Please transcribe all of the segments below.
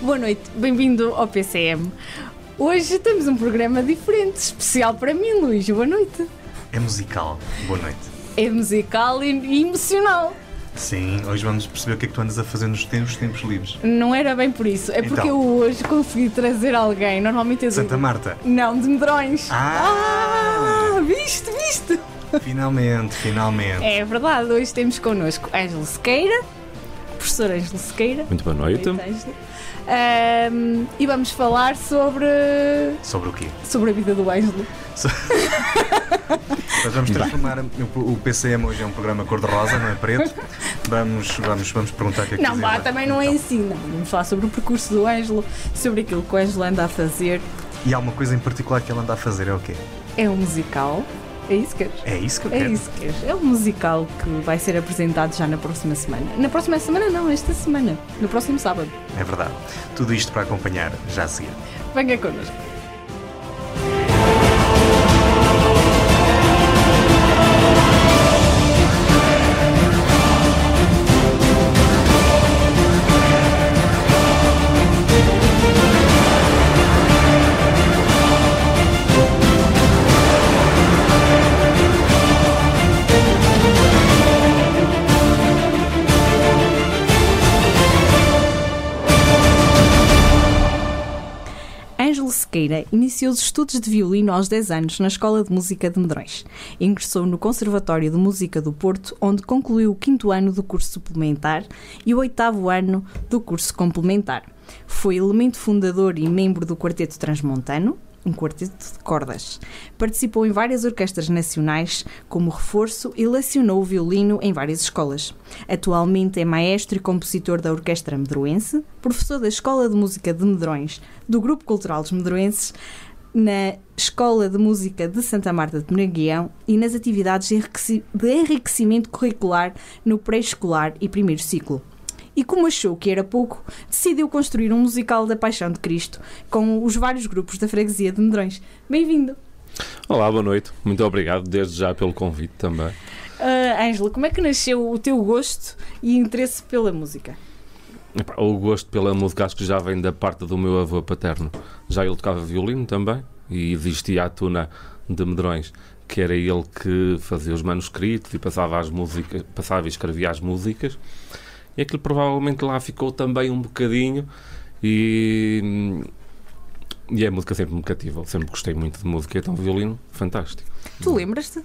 Boa noite, bem-vindo ao PCM. Hoje temos um programa diferente, especial para mim, Luís. Boa noite. É musical. Boa noite. É musical e- e emocional. Sim, hoje vamos perceber o que é que tu andas a fazer nos tempos, tempos livres. Não era bem por isso, é porque Então. eu hoje consegui trazer alguém. Normalmente eu digo- Santa Marta. Não, de medrões. Ah! Ah, viste, viste. Finalmente, finalmente. Ah! É verdade, hoje temos connosco Ângelo Sequeira, professor Ângelo Sequeira. Muito boa noite. Ângelo. Ahm, e vamos falar sobre, Sobre o quê? sobre a vida do Ângelo. Nós vamos transformar. O o PCM hoje é um programa cor-de-rosa, não é preto. Vamos, vamos, vamos perguntar o que é que Não, dizem vá, lá. também não é Então, assim. Não, vamos falar sobre o percurso do Ângelo, sobre aquilo que o Ângelo anda a fazer. E há uma coisa em particular que ela anda a fazer, é o quê? É um musical. É isso que É isso que eu é quero. isso que é. É um musical que vai ser apresentado já na próxima semana. Na próxima semana não, esta semana. No próximo sábado. É verdade. Tudo isto para acompanhar já a seguir. Venha connosco. Ângelo Sequeira iniciou os estudos de violino aos 10 anos na Escola de Música de Medrões. Ingressou no Conservatório de Música do Porto, onde concluiu o quinto ano do curso suplementar e o oitavo ano do curso complementar. Foi elemento fundador e membro do Quarteto Transmontano, um quarteto de cordas. Participou em várias orquestras nacionais como reforço e lecionou o violino em várias escolas. Atualmente é maestro e compositor da Orquestra Medroense, professor da Escola de Música de Medrões do Grupo Cultural dos Medroenses, na Escola de Música de Santa Marta de Meneguião e nas atividades de enriqueci- de enriquecimento curricular no pré-escolar e primeiro ciclo. E como achou que era pouco, decidiu construir um musical da Paixão de Cristo com os vários grupos da freguesia de Medrões. Bem-vindo! Olá, boa noite. Muito obrigado desde já pelo convite também. Ah, Ângela, como é que nasceu o teu gosto e interesse pela música? Epá, O gosto pela música acho que já vem da parte do meu avô paterno. Já ele tocava violino também e vestia a tuna de medrões, que era ele que fazia os manuscritos e passava as músicas, passava e escrevia as músicas. E aquilo provavelmente lá ficou também um bocadinho e e é a música sempre me cativou, sempre gostei muito de música, então violino, fantástico. Tu lembras-te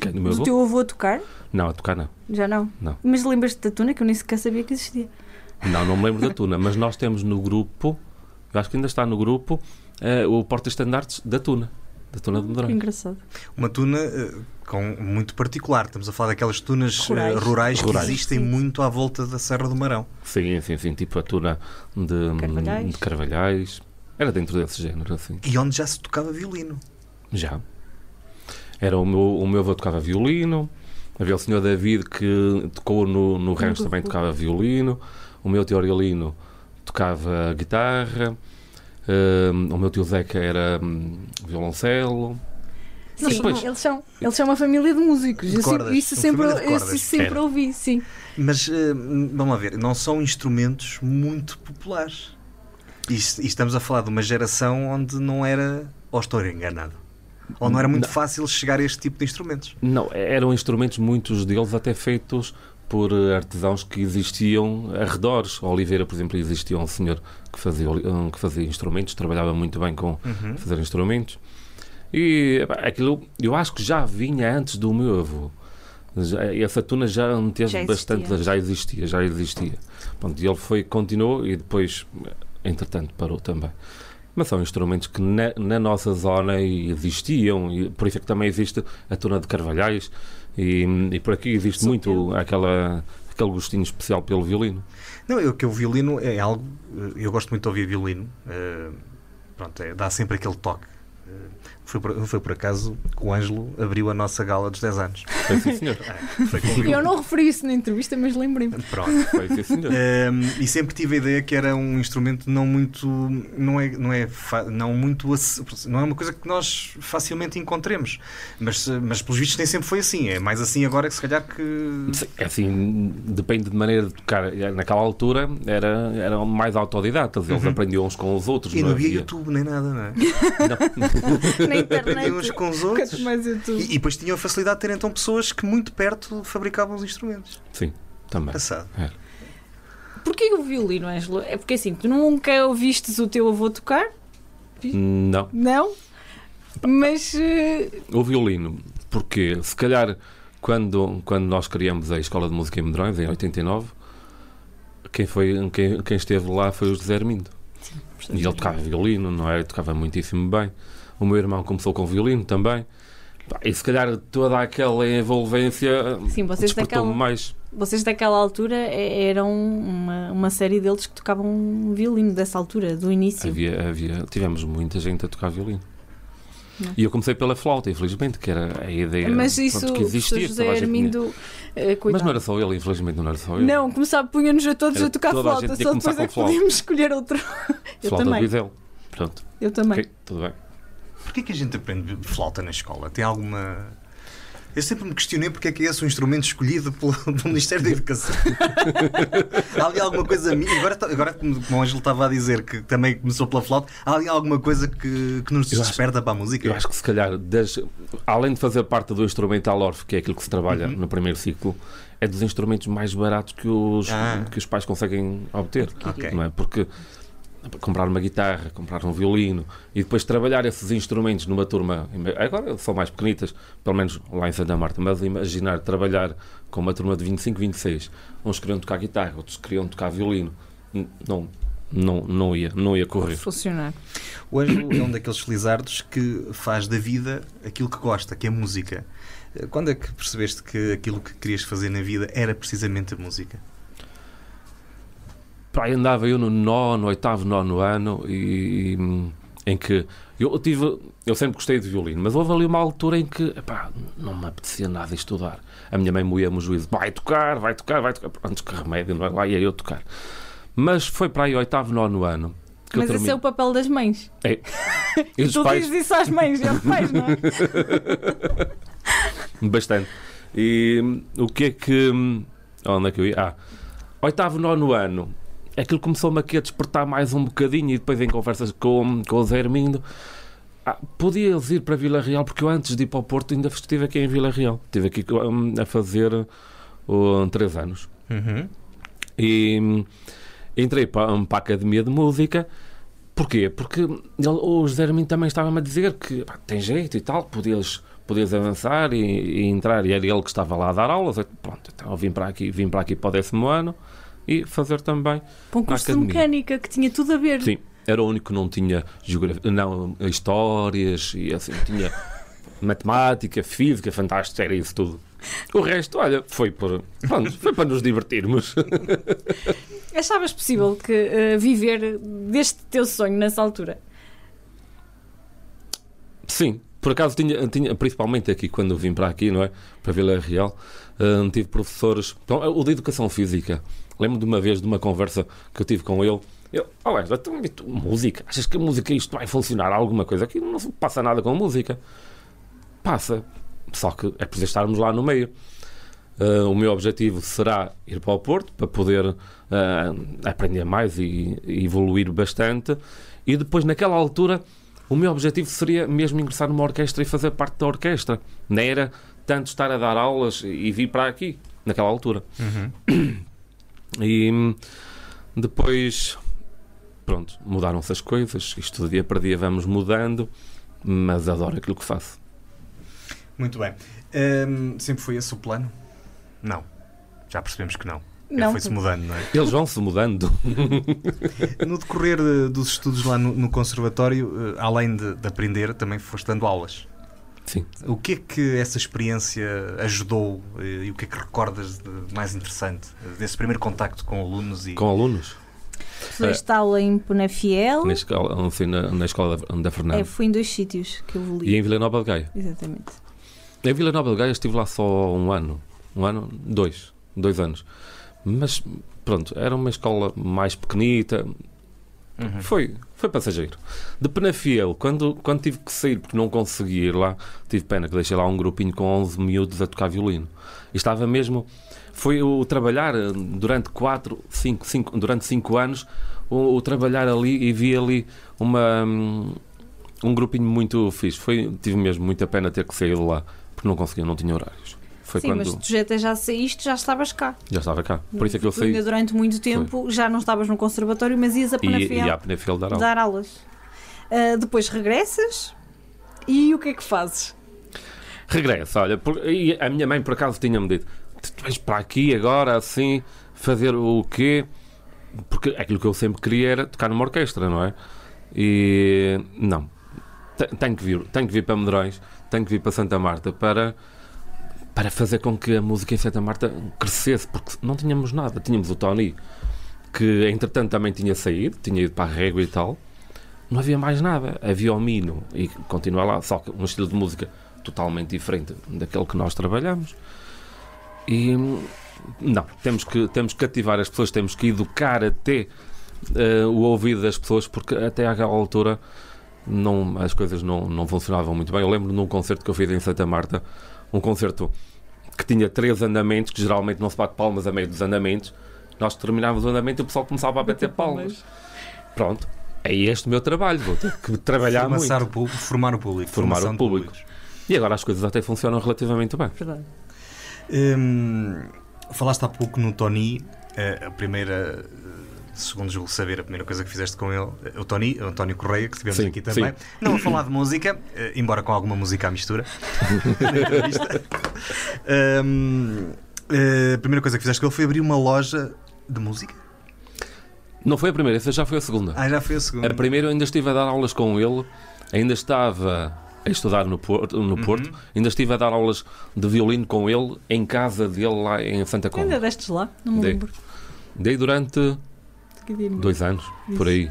Quem? Do meu do avô? teu avô a tocar? Não, a tocar não. Já não? Não. Mas lembras-te da tuna que eu nem sequer sabia que existia? Não, não me lembro da Tuna, mas nós temos no grupo, eu acho que ainda está no grupo, eh, o porta-estandartes da Tuna, da Tuna de Medrão. Engraçado. Uma tuna eh, com muito particular. Estamos a falar daquelas tunas eh, Rurais. rurais, que Rurais. existem muito à volta da Serra do Marão. Sim, sim, sim, tipo a Tuna de Carvalhais. de Carvalhais. Era dentro desse género, assim. E onde já se tocava violino. Já. Era o meu, o meu avô tocava violino, havia o senhor David que tocou no, no Ramos também tocava violino, o meu tio Aurelino tocava guitarra, hum, o meu tio Zeca era hum, violoncelo. Sim, Mas depois- eles, são, eles são uma família de músicos. Eu De sempre- cordas, isso uma sempre, família de eu cordas. sempre Era. ouvi, sim. Mas eh, vamos lá ver, não são instrumentos muito populares. E, s- e estamos a falar de uma geração onde não era, ou estou enganado, ou não era muito fácil chegar a este tipo de instrumentos. Não, é, eram instrumentos, muitos deles até feitos por eh, artesãos que existiam arredores. A Oliveira, por exemplo, existia um senhor que fazia, oli- um, que fazia instrumentos, trabalhava muito bem com fazer instrumentos. E epá, aquilo eu acho que já vinha antes do meu avô. Já- essa tuna já teve Já existia. bastante. Já existia, já existia. Pronto, e ele foi, continuou e depois, entretanto, parou também. Mas são instrumentos que na, na nossa zona e existiam, e por isso é que também existe a tona de Carvalhais, e, e por aqui existe muito aquela, aquele gostinho especial pelo violino. Não, eu que o violino é algo. eh, Eu gosto muito de ouvir violino. eh, pronto, é- dá sempre aquele toque. Eh, Foi por, foi por acaso que o Ângelo abriu a nossa gala dos 10 anos. Foi sim, senhor. Foi com Eu não referi isso na entrevista, mas lembrei-me. Pronto. Foi sim, senhor. Ahm, Ehm, e sempre tive a ideia que era um instrumento não muito não é não é fa- não muito ac- não é uma coisa que nós facilmente encontremos mas eh, mas pelos vistos nem sempre foi assim é mais assim agora que se calhar que Sim, é Assim, depende de maneira de tocar. Naquela altura era, eram mais autodidatas, eles Uhum. aprendiam uns com os outros. e não havia havia- YouTube nem nada não é? Não. Na aprendiam uns internet. com os Quanto outros mais eu tô- e, e depois tinham a facilidade de ter então pessoas que muito perto fabricavam os instrumentos Sim, também. passado Porquê o violino, Ângelo? É porque assim, tu nunca ouvistes o teu avô tocar, Assim? Não. não? Mas eh, O violino, porque se calhar quando, quando nós criamos a Escola de Música em Medrões, em 89, quem, foi, quem, quem esteve lá foi o José Hermindo. E ele tocava violino, não é? Tocava muitíssimo bem. O meu irmão começou com violino também. Pá, E se calhar toda aquela envolvência Sim, vocês despertou-me daquela- mais. vocês daquela altura eh, eram uma, uma série deles que tocavam violino dessa altura, do início. Havia, havia, tivemos muita gente a tocar violino. Não. E eu comecei pela flauta, infelizmente, que era a ideia Mas pronto, isso, que o professor existia. que José toda a gente tinha. Armindo, eh, Mas coitado. não era só ele, infelizmente não era só ele. Não, começava, punha-nos a todos Era a tocar toda a gente flauta, tinha que só começar depois é com que flauta. podíamos escolher outro. Eu flauta também, do Guisel. Pronto, eu também. ok, tudo bem. Porquê que a gente aprende flauta na escola? Tem alguma. Eu sempre me questionei porque é que é esse o instrumento escolhido pelo, pelo Ministério da Educação. há ali alguma coisa. mi- Agora, tá- agora como como o Ângelo estava a dizer, que também começou pela flauta, há ali alguma coisa que, que nos Eu acho- desperta para a música? Eu acho que se calhar, das- além de fazer parte do instrumental órfeo, que é aquilo que se trabalha Uhum. no primeiro ciclo, é dos instrumentos mais baratos que os, Ah. que os pais conseguem obter. Ok. Não é? Porque comprar uma guitarra, comprar um violino e depois trabalhar esses instrumentos numa turma, agora são mais pequenitas, pelo menos lá em Santa Marta, mas imaginar trabalhar com uma turma de 25, 26, uns queriam tocar guitarra, outros queriam tocar violino, N- não, não, não, ia, não ia correr. Funcionar. O Ângelo é um daqueles felizardos que faz da vida aquilo que gosta, que é música. Quando é que percebeste que aquilo que querias fazer na vida era precisamente a música? Pá, andava eu no nono, oitavo, nono ano e, e, em que eu tive, eu sempre gostei de violino, mas houve ali uma altura em que epá, não me apetecia nada estudar. A minha mãe moía-me o juízo, vai tocar, vai tocar, vai tocar. Antes que remédio, não é? Lá ia eu tocar. Mas foi para aí oitavo, nono ano que Mas eu esse é terminei. o papel das mães. E E os tu pais, dizes isso às mães, aos pais, não é? bastante. E hum, o que é que. hum, Onde é que eu ia? Ah, oitavo, nono ano. Aquilo começou-me aqui a despertar mais um bocadinho e depois em conversas com, com o Zé Hermindo. Ah, podias ir para Vila Real, porque eu antes de ir para o Porto ainda estive aqui em Vila Real. Estive aqui hum, a fazer hum, três anos. Uhum. E hum, entrei para, para a Academia de Música. Porquê? Porque ele- o José Hermínio também estava-me a dizer que pá, tem jeito e tal, podias, podias avançar e, e entrar. E era ele que estava lá a dar aulas. Eu, pronto, então eu vim para aqui, vim para aqui para o décimo ano e fazer também. Para um curso de academia. mecânica que tinha tudo a ver. Sim, era o único que não tinha geografia, não, histórias e assim, tinha matemática, física, fantástica, era isso tudo. O resto, olha, foi, por, pronto, foi para nos divertirmos. Achavas possível que eh, viver deste teu sonho nessa altura? Sim, por acaso tinha, tinha principalmente aqui, quando vim para aqui, não é? Para Vila Real, hum, tive professores. Então, o de Educação Física. Lembro de uma vez de uma conversa que eu tive com ele. Eu, olha, tu, e tu, música, achas que a música isto vai funcionar? Alguma coisa? Aqui não se passa nada com a música. Passa. Só que é preciso estarmos lá no meio. Ah, o meu objetivo será ir para o Porto para poder ah, aprender mais e, e evoluir bastante. E depois, naquela altura, o meu objetivo seria mesmo ingressar numa orquestra e fazer parte da orquestra. Não era tanto estar a dar aulas e vir para aqui, naquela altura. E hum, depois, pronto, mudaram-se as coisas. Isto de dia para dia vamos mudando, mas adoro aquilo que faço. Muito bem. Ahm, sempre foi esse o plano? Não. Já percebemos que não. Não. Foi-se mudando, não é? Eles vão-se mudando. No decorrer eh, dos estudos lá no, no conservatório, eh, além de, de aprender, também foste dando aulas. Sim. O que é que essa experiência ajudou eh, e o que é que recordas de mais interessante eh, desse primeiro contacto com alunos e Com alunos. Tu deste eh, aula em Punafiel, Na escola, não sei, na, na escola da, da é, Fernanda. fui em dois sítios que eu E li. em Vila Nova de Gaia. Exatamente. Em Vila Nova de Gaia estive lá só um ano. Um ano? Dois. Dois anos. Mas, pronto, era uma escola mais pequenita. Uhum. Foi, foi passageiro. De Penafiel, quando, quando tive que sair porque não consegui ir lá, tive pena que deixei lá um grupinho com 11 miúdos a tocar violino. E estava mesmo... Foi o trabalhar eh, durante 4, 5, 5, durante 5 anos, o, o trabalhar ali e vi ali uma... hum, um grupinho muito fixe. Foi, tive mesmo muita pena ter que sair de lá, porque não conseguia, não tinha horários. Foi Sim, quando mas tu já, até já saíste, já estavas cá. já estava cá. Por isso é que eu Tu ainda saí durante muito tempo já não estavas no conservatório, mas ias a e, tá Penafiel e à Penafiel dar aula. dar aulas. Ah, depois regressas e o que é que fazes? Regresso, olha, por- e a minha mãe por acaso tinha-me dito: "Tu- tu vais para aqui agora assim, fazer o quê? Porque aquilo que eu sempre queria era tocar numa orquestra, não é? E não, Te- tenho que vir, tenho que vir para Medrões, tenho que vir para Santa Marta para, para fazer com que a música em Santa Marta crescesse, porque não tínhamos nada. Tínhamos o Tony, que entretanto também tinha saído, tinha ido para a Régua e tal. Não havia mais nada. Havia o Mino e continua lá, só que um estilo de música totalmente diferente daquele que nós trabalhamos. E hum, não, temos que, temos que cativar as pessoas, temos que educar até eh, o ouvido das pessoas, porque até àquela altura não, as coisas não, não funcionavam muito bem. Eu lembro num concerto que eu fiz em Santa Marta, um concerto que tinha três andamentos, que geralmente não se bate palmas a meio dos andamentos. Nós terminávamos o andamento e o pessoal começava a bater palmas. Pronto, é este o meu trabalho, vou ter que trabalhar muito. Formaçar o público, formar o público. Formar o formação de público. públicos. E agora as coisas até funcionam relativamente bem. Verdade. Hum, falaste há pouco no Tony, eh, a primeira, eh, segundo julgo saber, a primeira coisa que fizeste com ele, eh, o Tony, o António Correia, que tivemos Sim, aqui também. sim. Não a falar de música, eh, embora com alguma música à mistura, na entrevista. Hum, eh, a primeira coisa que fizeste com ele foi abrir uma loja de música. Não foi a primeira, essa já foi a segunda. Ah, já foi a segunda. A primeira eu ainda estive a dar aulas com ele, ainda estava a estudar no Porto, no Uhum. Porto ainda estive a dar aulas de violino com ele em casa dele lá em Santa Ainda Comba. destes lá, não me Dei. lembro. Dei durante Que dia é dois anos, por aí.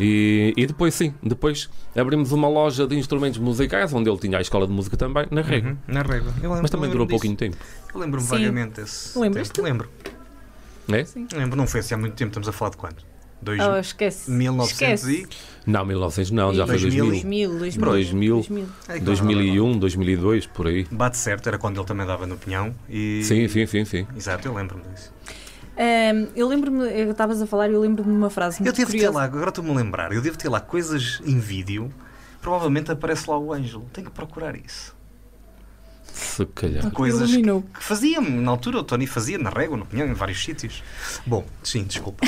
E, e depois, sim, depois abrimos uma loja de instrumentos musicais, onde ele tinha a escola de música também, na Régua. Uhum, na régua. Eu lembro- Mas também eu durou lembro disso. pouquinho tempo. Eu lembro-me Sim. vagamente desse. Lembras-te? tempo. Lembro. É? Lembro, não foi assim há muito tempo, estamos a falar de quando? Dois, Oh, esquece. 1900 esquece. e. Não, 1900 não, já foi 2000. 2000. 2000, 2000, Pronto. 2000. É 2001, 2002, por aí. Bate certo, era quando ele também dava no pinhão e. Sim, sim, sim, sim. Exato, eu lembro-me disso. Ahm, Ah, eu lembro-me, eu estavas a falar e eu lembro-me de uma frase muito Eu devo ter curiosa. lá, agora estou-me a lembrar, eu devo ter lá coisas em vídeo, provavelmente aparece lá o Ângelo. Tenho que procurar isso. Se calhar. Coisas que, Iluminou. que fazia-me na altura, o Tony fazia na régua, no pinhão, em vários sítios. Bom, sim, desculpa.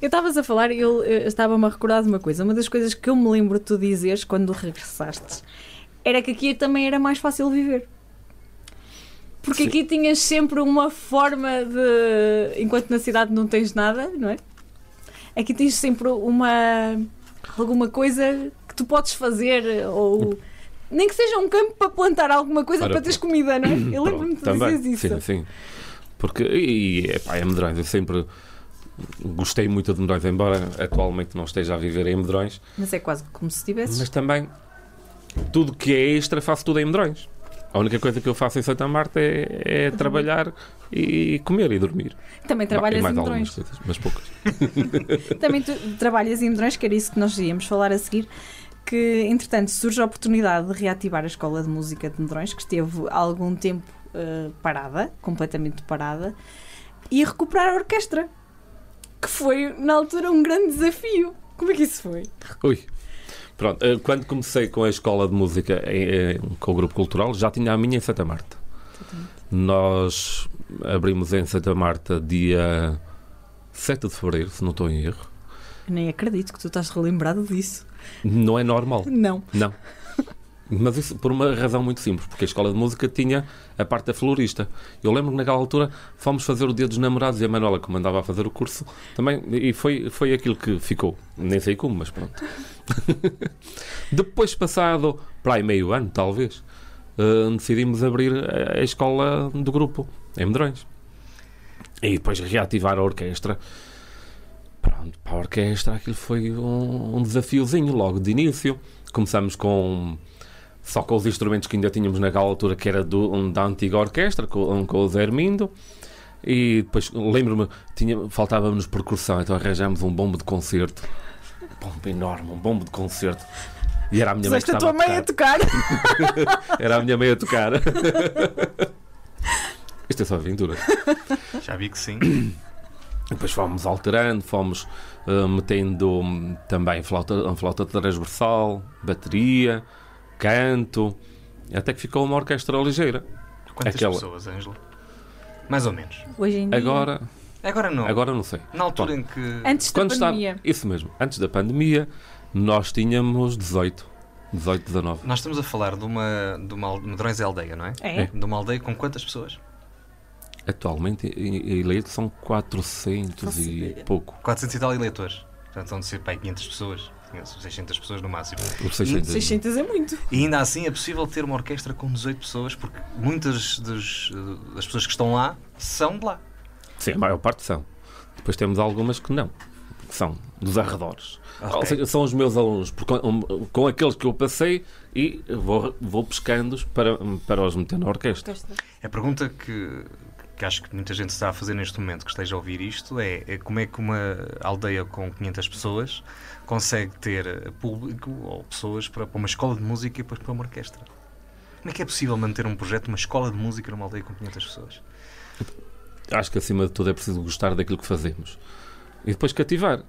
Eu estavas a falar e eu, eh, estava-me a recordar de uma coisa. Uma das coisas que eu me lembro de tu dizeres quando regressaste era que aqui também era mais fácil viver. Porque Sim. aqui tinhas sempre uma forma de. Enquanto na cidade não tens nada, não é? Aqui tens sempre uma. alguma coisa que tu podes fazer ou. Nem que seja um campo para plantar alguma coisa Hum. Ora, para teres comida, não é? Eu lembro-me de Pronto, também. dizeres isso. Sim, sim. Porque, e, e, epá, é Medrões, eu sempre gostei muito de Medrões, embora atualmente não esteja a viver em Medrões, Mas é quase como se tivesses. mas também tudo que é extra faço tudo em Medrões. A única coisa que eu faço em Santa Marta é, é Uhum. trabalhar e comer e dormir. Também trabalhas e em mais drões. algumas coisas, mas poucas. Também tu trabalhas em Medrões, que era isso que nós íamos falar a seguir. Que entretanto surge a oportunidade de reativar a Escola de Música de Medrões, que esteve há algum tempo eh, parada, completamente parada, e recuperar a orquestra, que foi na altura um grande desafio. Como é que isso foi? Ui. Pronto, eh, quando comecei com a escola de música em- em- com o grupo cultural, já tinha a minha em Santa Marta. Nós abrimos em Santa Marta dia 7 de fevereiro, se não estou em erro. Nem acredito que tu estás relembrado disso. Não é normal, Não. não. Mas isso por uma razão muito simples, porque a escola de música tinha a parte da florista. Eu lembro que naquela altura fomos fazer o Dia dos Namorados e a Manuela, que mandava a fazer o curso, também, e foi, foi aquilo que ficou. Nem sei como, mas pronto. Depois, passado para aí meio ano, talvez, eh, decidimos abrir a- a escola do grupo, em Medrões. E depois reativar a orquestra. Pronto, para a orquestra aquilo foi um, um desafiozinho logo de início. Começamos com Só com os instrumentos que ainda tínhamos naquela altura, que era do, um da antiga orquestra, com, um com o Zermindo. E depois, lembro-me, tinha- faltava-nos percussão, então arranjámos um bombo de concerto. Bombo enorme, um bombo de concerto. E era a minha mãe que Puseste a estava tua a mãe a tocar. tocar. Era a minha mãe a tocar. Isto é só aventura. Já vi que sim. Depois fomos alterando, fomos eh, metendo hum, também flauta, uma flauta transversal, bateria, canto, até que ficou uma orquestra ligeira. Quantas Aquela. pessoas, Ângelo? Mais ou menos. Hoje em dia. Agora, Agora não. agora não sei. Na altura em que. Antes da Quando estava- pandemia. isso mesmo, antes da pandemia, nós tínhamos 18, 18, 19. Nós estamos a falar de uma. de uma al- Medrões é aldeia, não é? É. É. De uma aldeia com quantas pessoas? Atualmente, em eleito são 400 e Nossa. pouco, 400 e tal eleitores. Portanto, vão de ser pá, 500 pessoas. 500, 600 pessoas no máximo. ou 600. 600 é muito. E ainda assim é possível ter uma orquestra com 18 pessoas, porque muitas dos, eh, das pessoas que estão lá são de lá. Sim, a maior parte são. Depois temos algumas que não, que são dos arredores. Ou seja, são os meus alunos, porque, um, com aqueles que eu passei e vou, vou pescando-os para, para os meter na orquestra. A pergunta que, que acho que muita gente está a fazer neste momento que esteja a ouvir isto é, é como é que uma aldeia com 500 pessoas consegue ter eh, público ou pessoas para, para uma escola de música e depois para uma orquestra? Como é que é possível manter um projeto, uma escola de música numa aldeia com 500 pessoas? Acho que acima de tudo é preciso gostar daquilo que fazemos e depois cativar.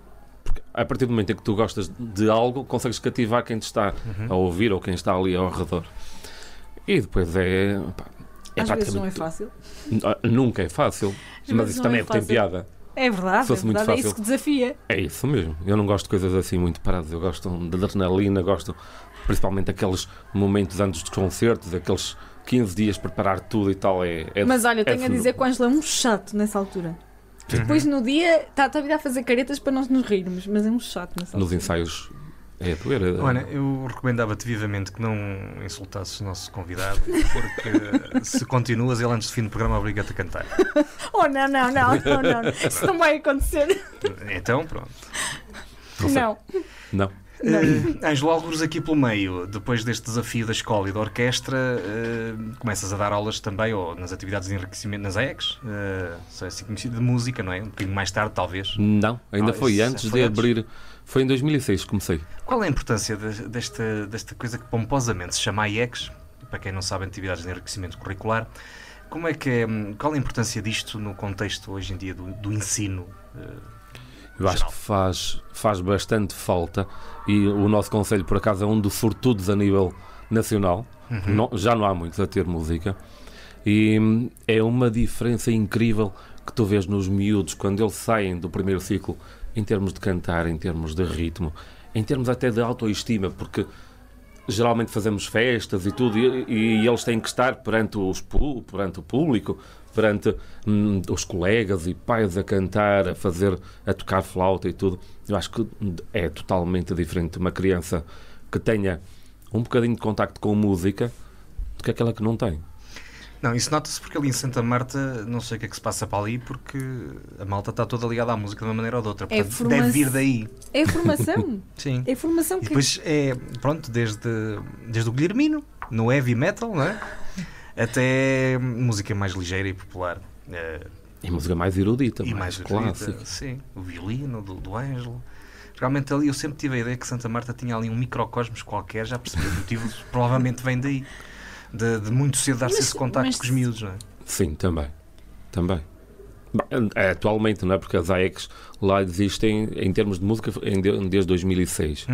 Porque a partir do momento em que tu gostas de algo, consegues cativar quem te está a ouvir ou quem está ali ao redor. E depois é. pá, é Às vezes não é praticamente- fácil. N- Nunca é fácil, mas vezes isso não também é é que tem fácil. piada. É verdade, Se fosse é muito verdade. É isso fácil. que desafia. É isso mesmo. Eu não gosto de coisas assim muito paradas. Eu gosto de adrenalina, gosto principalmente daqueles momentos antes dos concertos, aqueles 15 dias preparar tudo e tal. É, é- Mas olha, eu é tenho a tudo. Uhum. dizer que o Ângelo é um chato nessa altura. Sim. Depois no dia está a vida a fazer caretas para nós nos rirmos, mas é um chato nessa Nos altura. ensaios é a tua era. Ana, eu recomendava-te vivamente que não insultasses o nosso convidado, porque se continuas, ele antes de fim do programa obriga-te a cantar. Oh, não, não, não, não, não. Isso não vai acontecer. Então, pronto. sei. Não. Não. Eh, Ângelo, alguns aqui pelo meio, depois deste desafio da escola e da orquestra, eh, começas a dar aulas também, ou nas atividades de enriquecimento, nas EECs, eh, sei assim conhecido, de música, não é? Um bocadinho mais tarde, talvez. Não, ainda Ah, foi isso antes foi de antes. abrir. Foi em 2006 que comecei. Qual é a importância de- desta, desta coisa que pomposamente se chama IECs, para quem não sabe, atividades de enriquecimento curricular? Como é que é, hum, qual é a importância disto no contexto hoje em dia do, do ensino? eh, Eu acho Geral. que faz, faz bastante falta e o nosso conselho, por acaso, é um dos sortudos a nível nacional. Não- já não há muitos a ter música. E hum, é uma diferença incrível que tu vês nos miúdos quando eles saem do primeiro ciclo em termos de cantar, em termos de ritmo, em termos até de autoestima, porque geralmente fazemos festas e tudo e, e eles têm que estar perante, os, pu- perante o público, perante hum, os colegas e pais a cantar, a fazer, a tocar flauta e tudo. Eu acho que é totalmente diferente uma criança que tenha um bocadinho de contacto com música do que aquela que não tem. Não, isso nota-se porque ali em Santa Marta, não sei o que é que se passa para ali, porque a malta está toda ligada à música de uma maneira ou de outra. É Portanto, formação. deve vir daí. É formação. Sim. É formação E que. depois é, pronto, desde, desde o Guilhermino, no heavy metal, não é? Até música mais ligeira e popular. eh, E música mais erudita, e mais mais, clássica. erudita, Sim, o violino do, do Ângelo. Realmente ali eu sempre tive a ideia que Santa Marta tinha ali um microcosmos qualquer, já percebi o motivo, provavelmente vem daí. De, de muito cedo dar-se Mas- esse contacto mas- com os miúdos, não é? Sim, também. Também. Bom, é, Atualmente, não é? Porque as AECs lá existem em termos de música em de- desde 2006.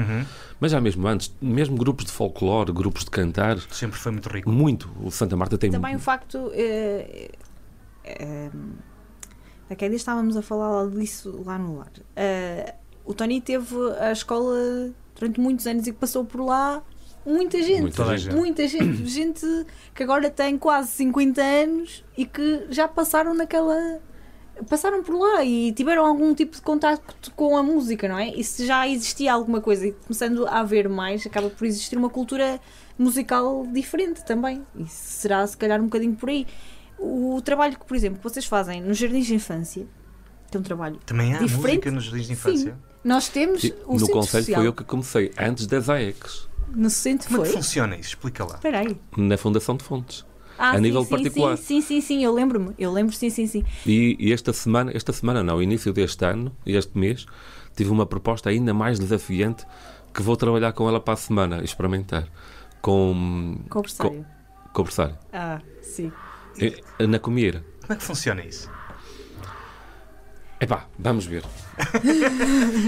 Mas já mesmo antes, mesmo grupos de folclore, grupos de cantar, Sempre foi muito rico. muito. O Santa Marta tem Também o facto. eh, eh, Daquele dia estávamos a falar lá disso lá no lar. Eh, o Tony teve a escola durante muitos anos e passou por lá muita gente. Muita Toda a gente. gente. Muita gente, gente que agora tem quase 50 anos e que já passaram naquela. passaram por lá e tiveram algum tipo de contacto com a música, não é? E se já existia alguma coisa e começando a haver mais, acaba por existir uma cultura musical diferente também. E será se calhar um bocadinho por aí. O trabalho que, por exemplo, que vocês fazem nos jardins de infância, que é um trabalho. Também há Diferente? música nos jardins de infância. Sim. Nós temos Sim, o No Centro Conselho Social. foi eu que comecei, antes das AECs. No 60 Como é foi? que funciona isso? Explica lá. Espera aí. na Fundação de Fontes. Ah, A sim, nível sim, particular. Sim, sim, sim, sim, eu lembro-me. Eu lembro, sim, sim, sim. E, e esta semana, esta semana não, início deste ano, e este mês, tive uma proposta ainda mais desafiante que vou trabalhar com ela para a semana, experimentar. Com Conversário. conversar. Ah, sim. Eh, Na comida. Como é que funciona isso? Epá, vamos ver.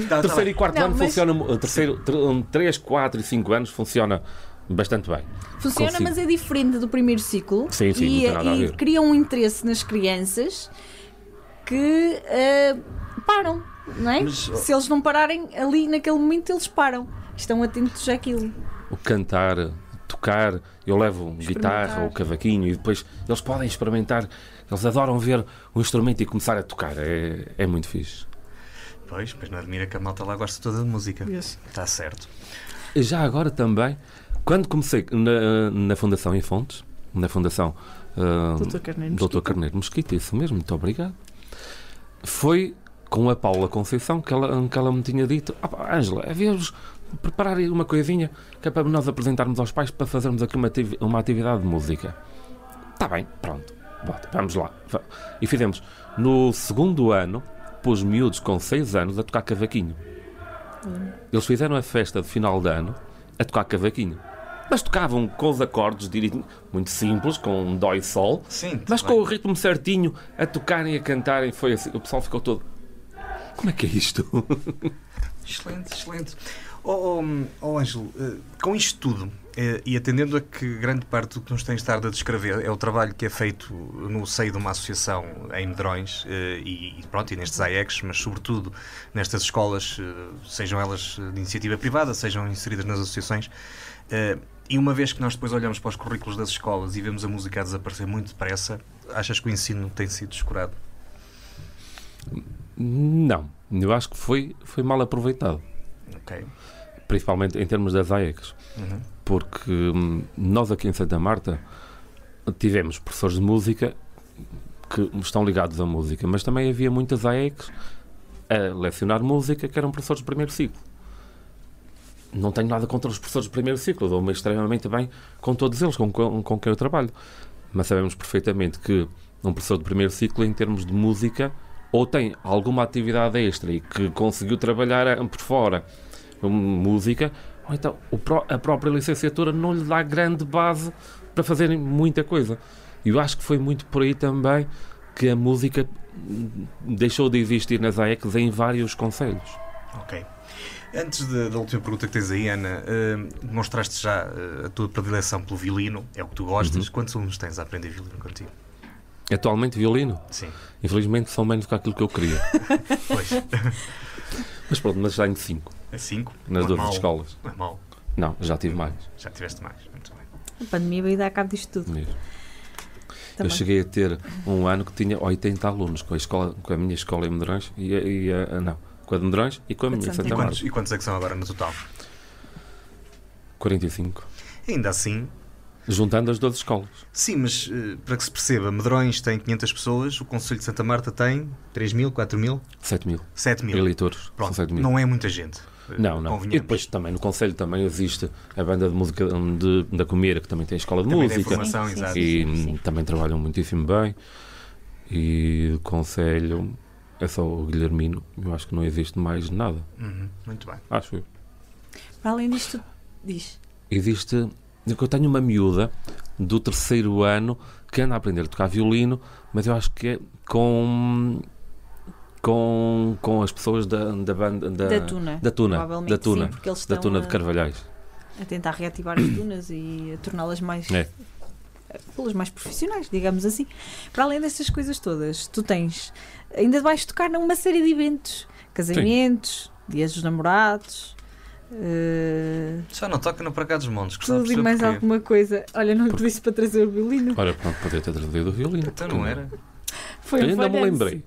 Tá, tá terceiro bem. e quarto Não, ano mas- funciona. mu- Terceiro, tr- um, três, quatro e cinco anos funciona bastante bem. Funciona, Consigo. mas é diferente do primeiro ciclo. Sim, sim, e, não tem nada a e ver. cria um interesse nas crianças que eh, param, não é? Mas- Se eles não pararem ali naquele momento, eles param. Estão atentos àquilo. O cantar, tocar, eu levo guitarra ou cavaquinho e depois eles podem experimentar. Eles adoram ver o instrumento e começar a tocar. É, é muito fixe. Pois, mas não admira que a malta lá gosta toda de música. Está certo. Já agora também, quando comecei na, na Fundação em Fontes, na Fundação ah, Doutor Carneiro Dr. Carneiro Mosquita, isso mesmo, muito obrigado, foi com a Paula Conceição que ela, que ela me tinha dito: "Ah pá, Ângela, havíamos preparar aí uma coisinha que é para nós apresentarmos aos pais para fazermos aqui uma, ativi- uma atividade de música. Está bem, pronto, bota, vamos lá. Va- E fizemos. No segundo ano, pôs miúdos com 6 anos a tocar cavaquinho. Eles fizeram a festa de final de ano a tocar cavaquinho. Mas tocavam com os acordes direitinho, muito simples, com um dó e sol, Sim, tá mas bem. com o ritmo certinho, a tocarem e a cantarem. Foi assim, o pessoal ficou todo. Como é que é isto? Excelente, excelente. Oh, oh, oh, Ângelo, eh, com isto tudo, eh, e atendendo a que grande parte do que nos tens estado a descrever é o trabalho que é feito no seio de uma associação em Medrões eh, e, e pronto, e nestes AECs, mas sobretudo nestas escolas, eh, sejam elas de iniciativa privada, sejam inseridas nas associações, eh, e uma vez que nós depois olhamos para os currículos das escolas e vemos a música a desaparecer muito depressa, achas que o ensino tem sido descurado? Não, eu acho que foi, foi mal aproveitado, Ok. principalmente em termos das AECs. Uhum. porque hum, nós aqui em Santa Marta tivemos professores de música que estão ligados à música, mas também havia muitas AECs a lecionar música que eram professores de primeiro ciclo. Não tenho nada contra os professores de primeiro ciclo, dou-me extremamente bem com todos eles, com, com, com quem eu trabalho. Mas sabemos perfeitamente que um professor de primeiro ciclo, em termos de música, ou tem alguma atividade extra e que conseguiu trabalhar a- por fora hum, música, ou então o pró- a própria licenciatura não lhe dá grande base para fazerem muita coisa. E eu acho que foi muito por aí também que a música hum, deixou de existir nas AECs em vários conselhos. Ok. Antes da, da última pergunta que tens aí, Ana, hum, demonstraste já eh, a tua predileção pelo violino, é o que tu gostas. Uhum. Quantos alunos tens a aprender violino contigo? Atualmente, violino. Sim, Infelizmente, são menos do que aquilo que eu queria. pois. Mas pronto, mas tenho cinco É cinco? não nas é duas mau, escolas. Não é mau. Não, já tive mais. Já tiveste mais. Muito bem. A pandemia veio dar cabo disto tudo. mesmo. Eu Também. cheguei a ter um ano que tinha 80 alunos com a, escola, com a minha escola em Medrões e, a- e a- não, com a de Medrões e com a Com a minha em de Santa E Santa quantos, Marta. e quantos é que são agora no total? 45. Ainda assim, Juntando as duas escolas. sim, mas eh, para que se perceba, Medrões tem 500 pessoas, o Conselho de Santa Marta tem 3 mil, 4 mil, 7 mil 7 mil. eleitores. São Pronto, 7 mil. não é muita gente. eh, Não, não. E convenhamos. depois também no Conselho também existe a banda de música hum, de, da Comeira, que também tem a escola de Também tem música. formação, exato. E sim, sim. hum, também trabalham muitíssimo bem. E o Conselho é só o Guilhermino. Eu acho que não existe mais nada. Uhum, muito bem. Acho eu. Para além disto, diz. Existe. Eu tenho uma miúda do terceiro ano que anda a aprender a tocar violino, mas eu acho que é com. Com, com as pessoas da, da banda da, Da Tuna. da Tuna, Provavelmente da Tuna, sim, porque eles da estão Tuna a, de Carvalhais. a tentar reativar as dunas e a torná-las mais É. pelos mais profissionais, digamos assim. Para além destas coisas todas, tu tens ainda vais tocar numa série de eventos, casamentos, dias dos namorados, eh, Só não toca no Paracá dos Montes. gostava de tudo e perceber mais porquê. alguma coisa. Olha, não te disse para trazer o violino. Ora, pronto, podia ter trazido o violino. Então porque não era? Foi Eu um ainda me falhanço. lembrei.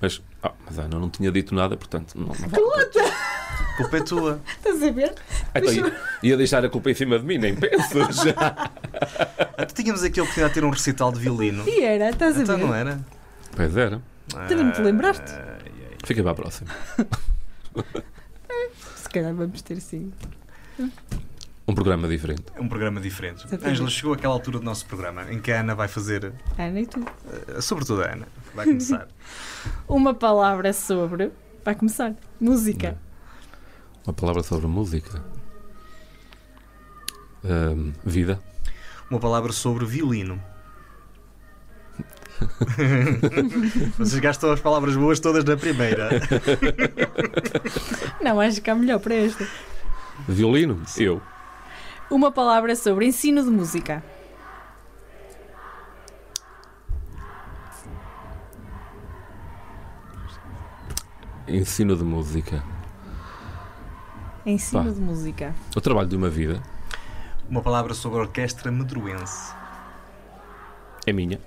Mas, ah, mas a Ana não tinha dito nada, portanto. Não, não vale. Calota, A culpa é tua. estás a ver? Então, ia, ia deixar a culpa em cima de mim, nem penso já. Até Ah, tínhamos aqui a oportunidade de ter um recital de violino. E era, estás a Então ver? não era? Pois era. Tu não te lembraste? Ah, ai, ai. Fica para a próxima. Se calhar vamos ter sim. Um programa diferente. É um programa diferente. Exatamente. Ângela, chegou aquela altura do nosso programa em que a Ana vai fazer, Ana, e tu? eh, sobretudo a Ana, vai começar. Uma palavra sobre. Vai começar. Música. Uma palavra sobre música. Ahm, vida. Uma palavra sobre violino. Vocês gastam as palavras boas todas na primeira. Não, acho que há melhor para esta. Violino? Eu. Uma palavra sobre ensino de música. Ensino de música. Ensino Pá. de música. O trabalho de uma vida Uma palavra sobre a orquestra medroense. é minha.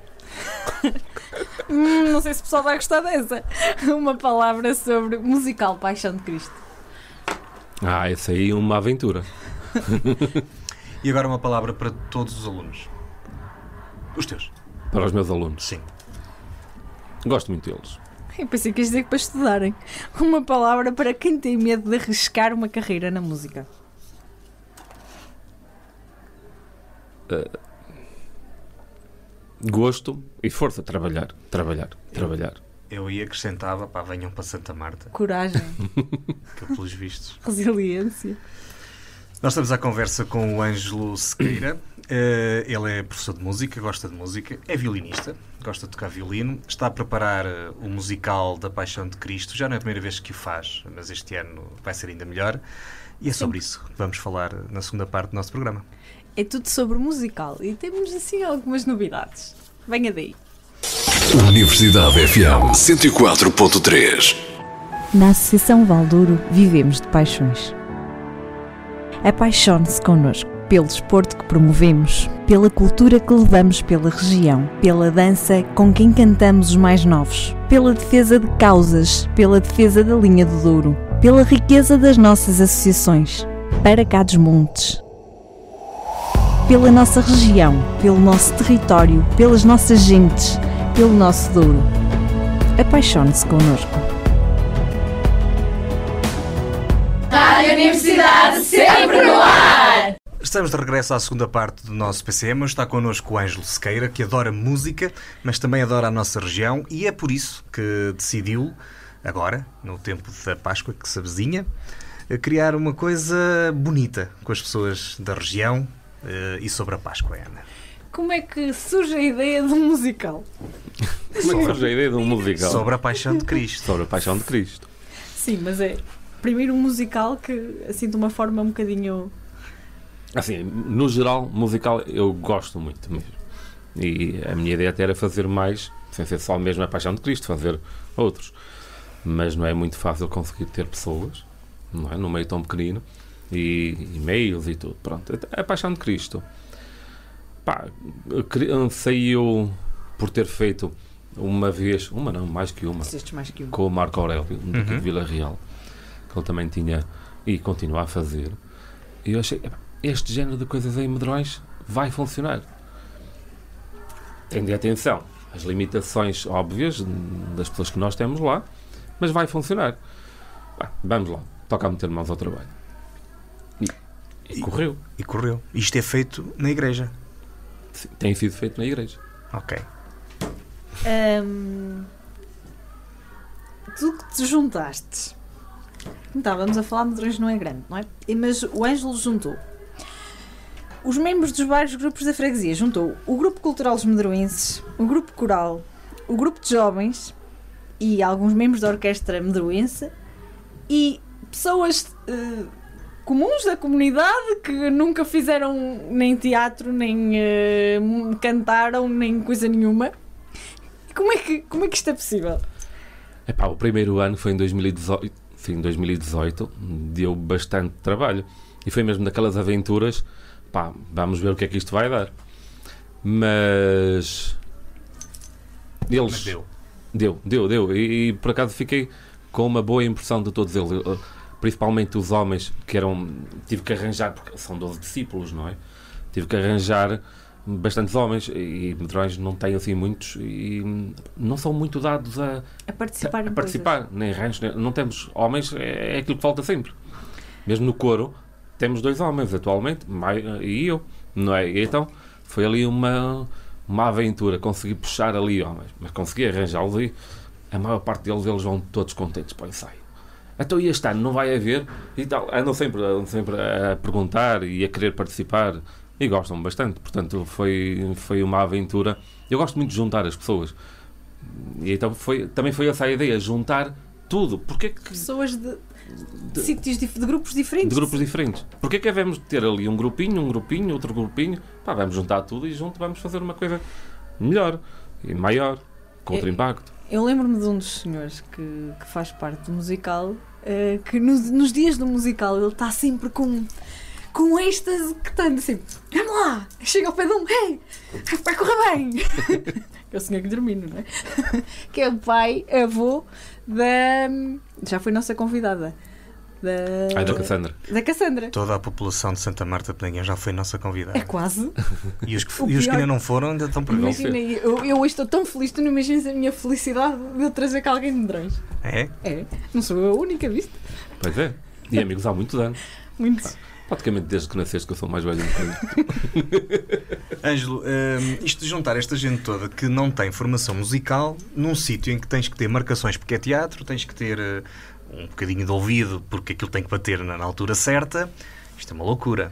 Hum, não sei se o pessoal vai gostar dessa. Uma palavra sobre musical Paixão de Cristo. Ah, essa aí é uma aventura. E agora uma palavra para todos os alunos. Os teus. Para os meus alunos. Sim. Gosto muito deles. Eu pensei que ias dizer que para estudarem. Uma palavra para quem tem medo de arriscar uma carreira na música. Gosto e força. Trabalhar, trabalhar, trabalhar. Eu ia acrescentava, pá, venham para Santa Marta, Coragem, que pelos vistos. resiliência. Nós estamos à conversa com o Ângelo Sequeira. Eh, ele é professor de música, gosta de música, é violinista, gosta de tocar violino, está a preparar eh, o musical da Paixão de Cristo. Já não é a primeira vez que o faz, mas este ano vai ser ainda melhor. E é sobre isso que vamos falar eh, na segunda parte do nosso programa. É tudo sobre musical e temos assim algumas novidades. Venha daí. Universidade FM 104.3. Na Associação Valdouro vivemos de paixões. Apaixone-se connosco pelo desporto que promovemos, pela cultura que levamos pela região, pela dança com quem cantamos os mais novos, pela defesa de causas, pela defesa da linha do Douro, pela riqueza das nossas associações, para cá dos montes. Pela nossa região, pelo nosso território, pelas nossas gentes, pelo nosso Douro. Apaixone-se connosco. Rádio Universidade sempre no ar! Estamos de regresso à segunda parte do nosso PCM. Hoje Está connosco o Ângelo Sequeira, que adora música, mas também adora a nossa região, e é por isso que decidiu, agora, no tempo da Páscoa que se avizinha, eh, criar uma coisa bonita com as pessoas da região eh, e sobre a Páscoa, Ana. Como é que surge a ideia de um musical? Como é que surge a ideia de um musical? Sobre a paixão de Cristo. Sobre a paixão de Cristo. Sim, mas é primeiro um musical que, assim, de uma forma um bocadinho. Assim, no geral, musical eu gosto muito mesmo. E a minha ideia até era fazer mais, sem ser só mesmo a Paixão de Cristo, fazer outros. Mas não é muito fácil conseguir ter pessoas, não é? Num meio tão pequenino, e e-mails e tudo. Pronto, a Paixão de Cristo. Pá, eu cre- ansei eu por ter feito uma vez, uma não, mais que uma Estes mais que um. com o Marco Aurélio, daqui Uhum. de Vila Real, que ele também tinha e continua a fazer. E eu achei, "Epá, este género de coisas em medrões vai funcionar. Tendo atenção às limitações óbvias das pessoas que nós temos lá, mas vai funcionar. Vá, vamos lá, toca a meter mãos ao trabalho. E, e E- correu. E correu. Isto é feito na igreja. Tem sido feito na igreja. Ok. Ahm, tu que te juntaste. Não Estávamos a falar, Medrões não é grande, não é? E- Mas o Ângelo juntou. Os membros dos vários grupos da freguesia juntou o Grupo Cultural dos Medroenses, o Grupo Coral, o Grupo de Jovens e alguns membros da Orquestra Medroense e pessoas eh, comuns da comunidade que nunca fizeram nem teatro, nem eh, cantaram, nem coisa nenhuma. Como é que, como é que isto é possível? Epá, o primeiro ano foi em 2018, sim, 2018, deu bastante trabalho. E foi mesmo daquelas aventuras, pá, vamos ver o que é que isto vai dar. Mas. Eles. Mas deu. Deu, deu, deu. E, e, por acaso fiquei com uma boa impressão de todos eles. Eh, Principalmente os homens que eram. Tive que arranjar, porque são 12 discípulos, não é? Tive que arranjar bastantes homens e medrões não têm assim muitos e hum, não são muito dados a A participar a em participar, nem ranchos, nem- não temos homens, é, é aquilo que falta sempre. Mesmo no coro, temos dois homens atualmente, mai- e eu, não é? E então foi ali uma, uma aventura, consegui puxar ali homens, mas consegui arranjá-los e a maior parte deles eles vão todos contentes para o ensaio. Então e este ano não vai haver e tal. Andam sempre, andam sempre a perguntar e a querer participar e gostam bastante, portanto foi, foi uma aventura. Eu gosto muito de juntar as pessoas. E então foi, também foi essa a ideia, juntar tudo. Porque é que Pessoas de, de sítios dif- de grupos diferentes. de grupos diferentes. Porquê que devemos ter ali um grupinho, um grupinho, outro grupinho? Pá, vamos juntar tudo e junto vamos fazer uma coisa melhor e maior, com outro É- impacto. Eu lembro-me de um dos senhores que, que faz parte do musical, eh, que nos, nos dias do musical ele está sempre com com êxtase que tanto assim, vamos lá, chega ao pé de um, hey, vai correr bem. é o senhor Guilhermino, não é? que é o pai, avô da. Já foi nossa convidada. Da, Ai, da Cassandra. da Cassandra. Toda a população de Santa Marta Peninha já foi nossa É convidada. quase. E os que, o e os que pior- ainda não foram ainda estão por vir. Mas- Imagina, eu, eu hoje estou tão feliz, tu não imaginas a minha felicidade de eu trazer cá alguém de drões. É? É, não sou eu a única, viste? Pois é. E amigos há muitos anos. Muito. Praticamente desde que nasceste que eu sou mais velho um bocadinho. Ângelo, hum, isto de juntar esta gente toda que não tem formação musical num sítio em que tens que ter marcações porque é teatro, tens que ter eh, um bocadinho de ouvido porque aquilo tem que bater na, na altura certa, isto é uma loucura.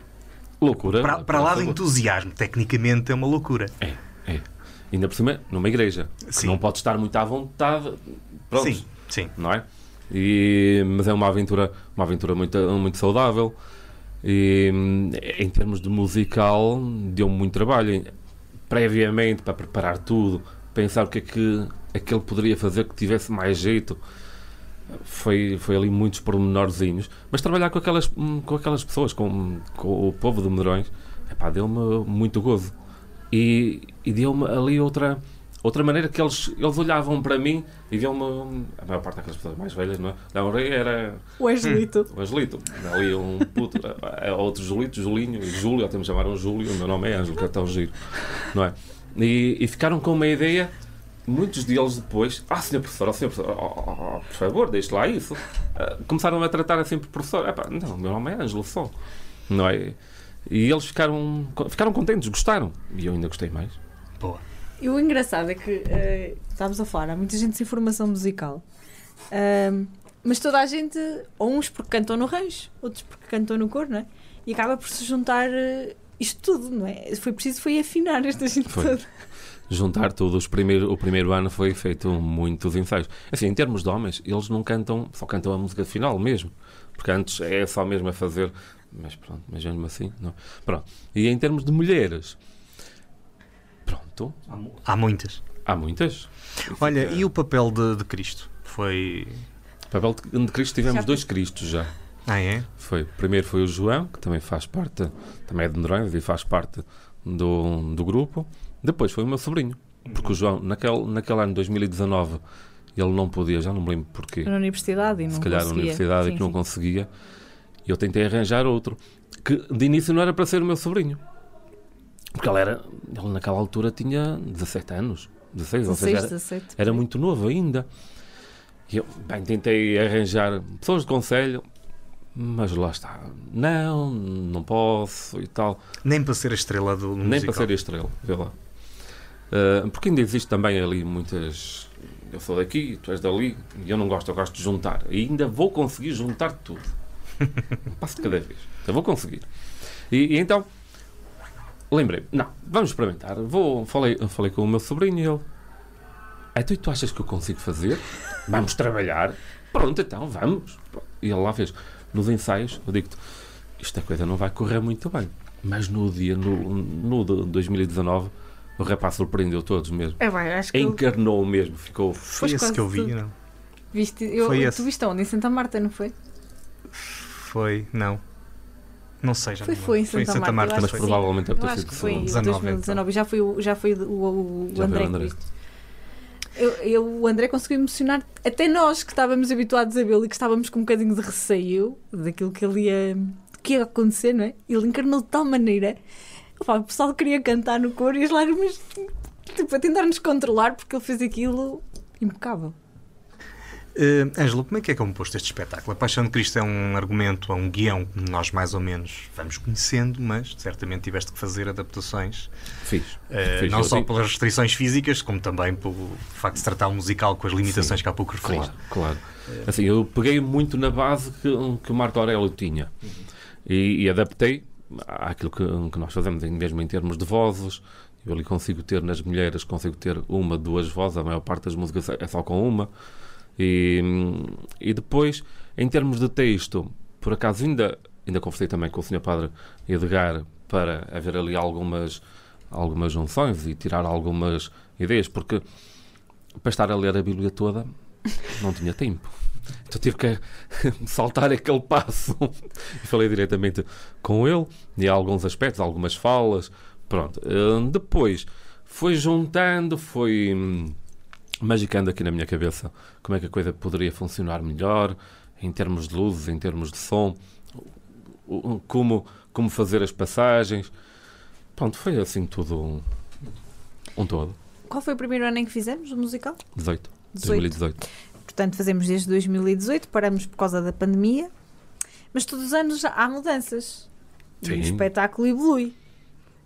Loucura. Para, para lá do favor. entusiasmo, tecnicamente é uma loucura. É, é. Ainda por cima, numa igreja. que Sim. não pode estar muito à vontade. Pronto. Sim, sim. não é? E, mas é uma aventura, uma aventura muito, muito saudável. E, hum, em termos de musical, deu-me muito trabalho. Previamente, para preparar tudo, pensar o que é que aquele poderia fazer que tivesse mais jeito. Foi, foi ali muitos pormenorzinhos. Mas trabalhar com aquelas, hum, com aquelas pessoas, com, com o povo de Medrões, epá, deu-me muito gozo. E, e deu-me ali outra, outra maneira que eles, eles olhavam para mim e viam-me. hum, A maior parte daquelas pessoas mais velhas, não é? Não, era O Angelito. o Angelito. Ali um puto. é outro Julito, Julinho, e Júlio, até me chamaram Júlio, o meu nome é Ângelo, que é tão giro. Não é? E, e ficaram com uma ideia. Muitos deles depois, ah, senhor professor, oh, senhor professor, oh, oh, oh, por favor, deixe lá isso. Ah, começaram a tratar assim por professor. Epá, não, o meu nome é Ângelo só. Não é? E eles ficaram, ficaram contentes, gostaram. E eu ainda gostei mais. Boa. E o engraçado é que eh, estávamos a falar, há muita gente sem formação musical. Ahm, mas toda a gente, ou uns porque cantam no rancho, outros porque cantam no cor, não é? E acaba por se juntar eh, isto tudo, não é? Foi preciso foi afinar esta gente Foi. toda. juntar tudo. Os primeiro, o primeiro ano foi feito muitos ensaios. Assim, em termos de homens, eles não cantam, só cantam a música final mesmo. Porque antes é só mesmo a fazer. Mas pronto, mas mesmo assim, não. Pronto. E em termos de mulheres, pronto, Há muitas. há muitas. Olha, e o papel de, de Cristo? Foi. Papel de de Cristo, tivemos Já- dois Cristos já. Ah, é? Foi. Primeiro foi o João, que também faz parte, também é de Medrões e faz parte do, do grupo. Depois foi o meu sobrinho, porque o João, naquele, naquele ano 2019, ele não podia, já não me lembro porquê, Na universidade e não se calhar na conseguia. universidade Sim, que não sim. conseguia, e eu tentei arranjar outro, que de início não era para ser o meu sobrinho, porque ele era, ele naquela altura tinha 17 anos, 16, ou seja, 16, era, 17. era muito novo ainda. E eu, bem, tentei arranjar pessoas de conselho, mas lá está. Não, não posso e tal. Nem para ser a estrela do do Nem musical. para ser estrela, vê lá. Ah, porque ainda existe também ali muitas. Eu sou daqui, tu és dali, e eu não gosto, eu gosto de juntar. E ainda vou conseguir juntar tudo. Um passo de cada vez. Eu vou conseguir. E, e então, lembrei-me, não, vamos experimentar. Vou, falei, falei com o meu sobrinho e ele. Então, e tu achas que eu consigo fazer? Vamos trabalhar? Pronto, então, vamos. E ele lá fez. Nos ensaios, eu digo-te, esta coisa não vai correr muito bem. Mas no dia, no, no de 2019, o rapaz surpreendeu todos mesmo. É bem, acho que eu- Encarnou mesmo, ficou. Foi Pois esse quase que eu vi, tudo. não? viste, eu, Foi tu esse. viste onde? Em Santa Marta, não foi? Foi, não. Não sei, já Foi- não me foi em lembro. foi em Santa Santa Marta, Marta. eu Mas acho que foi. sim. provavelmente é Eu para acho ter que sido foi em 19, 2019 e já foi, o- já então. foi o, o- o Já foi o André. André. que viste. Eu, eu- o André conseguiu emocionar até nós que estávamos habituados a vê-lo e que estávamos com um bocadinho de receio daquilo que ele ia, que ia acontecer, não é? Ele encarnou de tal maneira. Opa, o pessoal queria cantar no coro e as lágrimas tipo, a tentar nos controlar porque ele fez aquilo impecável. Ângelo, como é que é composto este espetáculo? A Paixão de Cristo é um argumento, é um guião que nós mais ou menos vamos conhecendo, mas certamente tiveste que fazer adaptações. Fiz. Eh, Fiz, não eu só digo. pelas restrições físicas, como também pelo facto de se tratar um musical com as limitações Sim, que há pouco referiste. Claro, claro. Assim, eu peguei muito na base que, que o Marco Aurélio tinha e, e adaptei àquilo que, que nós fazemos, em- mesmo em termos de vozes. Eu ali consigo ter nas mulheres, consigo ter uma, duas vozes, a maior parte das músicas é só com uma. E, e depois, em termos de texto, por acaso ainda, ainda conversei também com o Sr. Padre Edgar para haver ali algumas, algumas junções e tirar algumas ideias, porque para estar a ler a Bíblia toda não tinha tempo. Então tive que saltar aquele passo. E falei diretamente com ele, e há alguns aspectos, algumas falas. Pronto. Hum, Depois foi juntando, foi hum, magicando aqui na minha cabeça como é que a coisa poderia funcionar melhor em termos de luzes, em termos de som, o- o- como, como fazer as passagens. Pronto, foi assim tudo um, um todo. Qual foi o primeiro ano em que fizemos o musical? 18, 18. 2018. Portanto, fazemos desde 2018, paramos por causa da pandemia, mas todos os anos há mudanças. E o Sim. espetáculo evolui.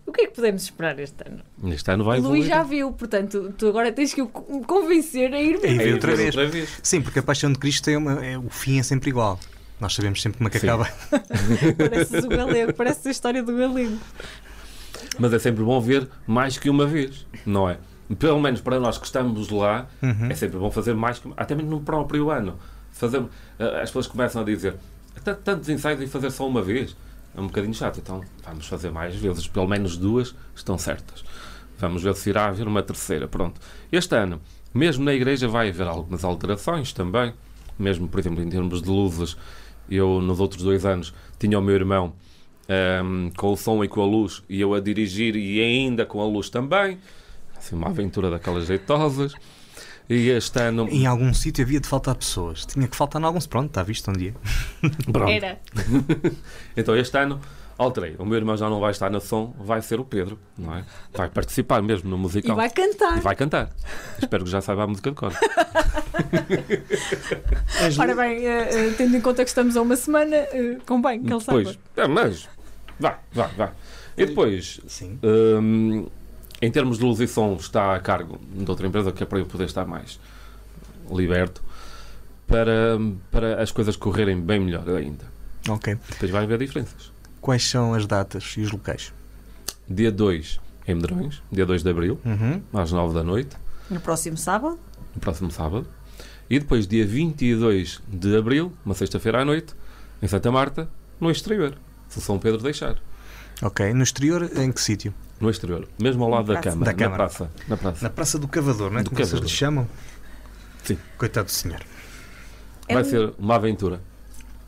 O que é que podemos esperar este ano? Neste ano vai o Luís evoluir. já viu, portanto, tu agora tens que o con- convencer a ir É ir ver ver. outra vez. Sim, porque a Paixão de Cristo é uma- é- o fim é sempre igual. Nós sabemos sempre como é que Sim. acaba. Pareces o galego, parece a história do galego. Mas é sempre bom ver mais que uma vez, não é? Pelo menos para nós que estamos lá, é sempre bom fazer mais que até mesmo no próprio ano. Fazer, ah, as pessoas começam a dizer "Tan- tantos ensaios e fazer só uma vez é um bocadinho chato, então vamos fazer mais vezes, pelo menos duas estão certas. Vamos ver se irá haver uma terceira. Pronto. Este ano, mesmo na igreja, vai haver algumas alterações também, mesmo, por exemplo, em termos de luzes. Eu, nos outros dois anos, tinha o meu irmão ehm, com o som e com a luz, e eu a dirigir e ainda com a luz também. Assim, uma aventura daquelas jeitosas. E este ano. Em algum sítio havia de faltar pessoas. Tinha que faltar em algum. Pronto, está visto um dia. Pronto. Era. Então este ano alterei. O meu irmão já não vai estar no som, vai ser o Pedro, não é? Vai participar mesmo no E musical. vai E cantar. vai cantar. Espero que já saiba a música de cor. Ora bem, eh, eh, tendo em conta que estamos a uma semana, eh, convém que ele depois, saiba. É, mas vá, vá, vá. E depois, Sim. hum, em termos de luz e som, está a cargo de outra empresa que é para eu poder estar mais liberto para, para as coisas correrem bem melhor ainda. Ok. Depois vai haver diferenças. Quais são as datas e os locais? Dia 2 em Medrões, dia 2 de Abril, Uhum. às 9 da noite, No próximo sábado, no próximo sábado. E depois, dia 22 de Abril, uma sexta-feira à noite, em Santa Marta, no exterior, se São Pedro deixar. Ok. No exterior, em que sítio? No exterior, mesmo ao lado da Praça. Câmara, Da na Câmara. praça. Na praça. Na Praça do Cavador, não é? Do Como vocês Cavador. lhe chamam? Sim. Coitado do senhor. É Vai um- ser uma aventura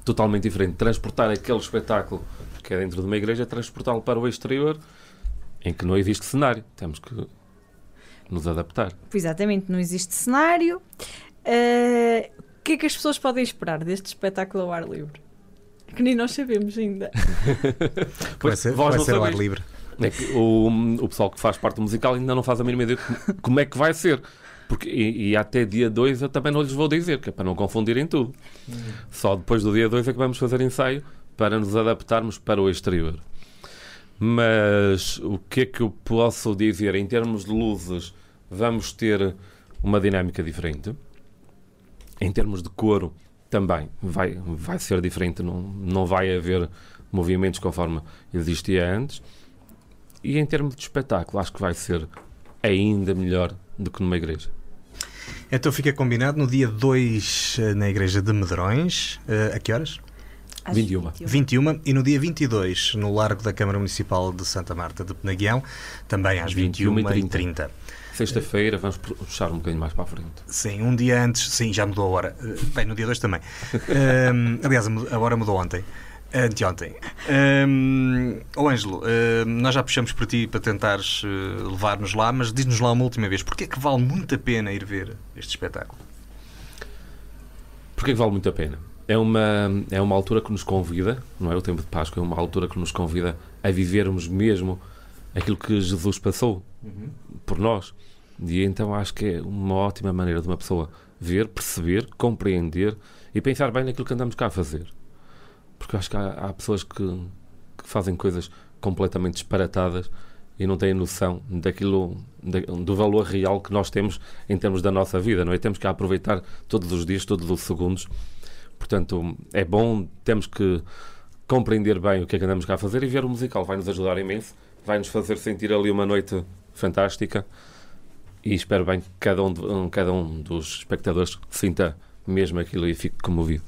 totalmente diferente. Transportar aquele espetáculo que é dentro de uma igreja, transportá-lo para o exterior, em que não existe cenário. Temos que nos adaptar. pois exatamente, não existe cenário. Eh, o que é que as pessoas podem esperar deste espetáculo ao ar livre? Que nem nós sabemos ainda. Vai Pois, ser, vós vai não ser ao ar sabeis. livre. É que o, o pessoal que faz parte do musical ainda não faz a mínima ideia de como- como é que vai ser. Porque, e, e até dia 2 eu também não lhes vou dizer, que é para não confundirem tudo. Só depois do dia 2 é que vamos fazer ensaio para nos adaptarmos para o exterior. Mas o que é que eu posso dizer? Em termos de luzes, vamos ter uma dinâmica diferente. Em termos de coro, também vai, vai ser diferente. Não, não vai haver movimentos conforme existia antes. E em termos de espetáculo, acho que vai ser ainda melhor do que numa igreja. Então fica combinado no dia 2 eh, na Igreja de Medrões. Eh, A que horas? Às 21. 21 e no dia 22, no largo da Câmara Municipal de Santa Marta de Penaguião, também às 21 21 e h 30 30. Sexta-feira vamos puxar um bocadinho mais para a frente. Sim, um dia antes, sim, já mudou a hora. Eh, Bem, no dia 2 também. Ahm, aliás, a mu- a hora mudou ontem. Anteontem. Um, Ângelo, ahm, nós já puxamos por ti para tentares eh, levar-nos lá, mas diz-nos lá uma última vez, porque é que vale muito a pena ir ver este espetáculo? Porque é que vale muito a pena? É uma, é uma altura que nos convida, não é? O tempo de Páscoa é uma altura que nos convida a vivermos mesmo aquilo que Jesus passou por nós. E então acho que é uma ótima maneira de uma pessoa ver, perceber, compreender e pensar bem naquilo que andamos cá a fazer. Porque eu acho que há, há pessoas que, que fazem coisas completamente disparatadas e não têm noção daquilo, da- do valor real que nós temos em termos da nossa vida, não é? Temos que aproveitar todos os dias, todos os segundos. Portanto, é bom, temos que compreender bem o que é que andamos cá a fazer e ver o musical. Vai-nos ajudar imenso, vai-nos fazer sentir ali uma noite fantástica e espero bem que cada um, de- um- cada um dos espectadores sinta mesmo aquilo e fique comovido.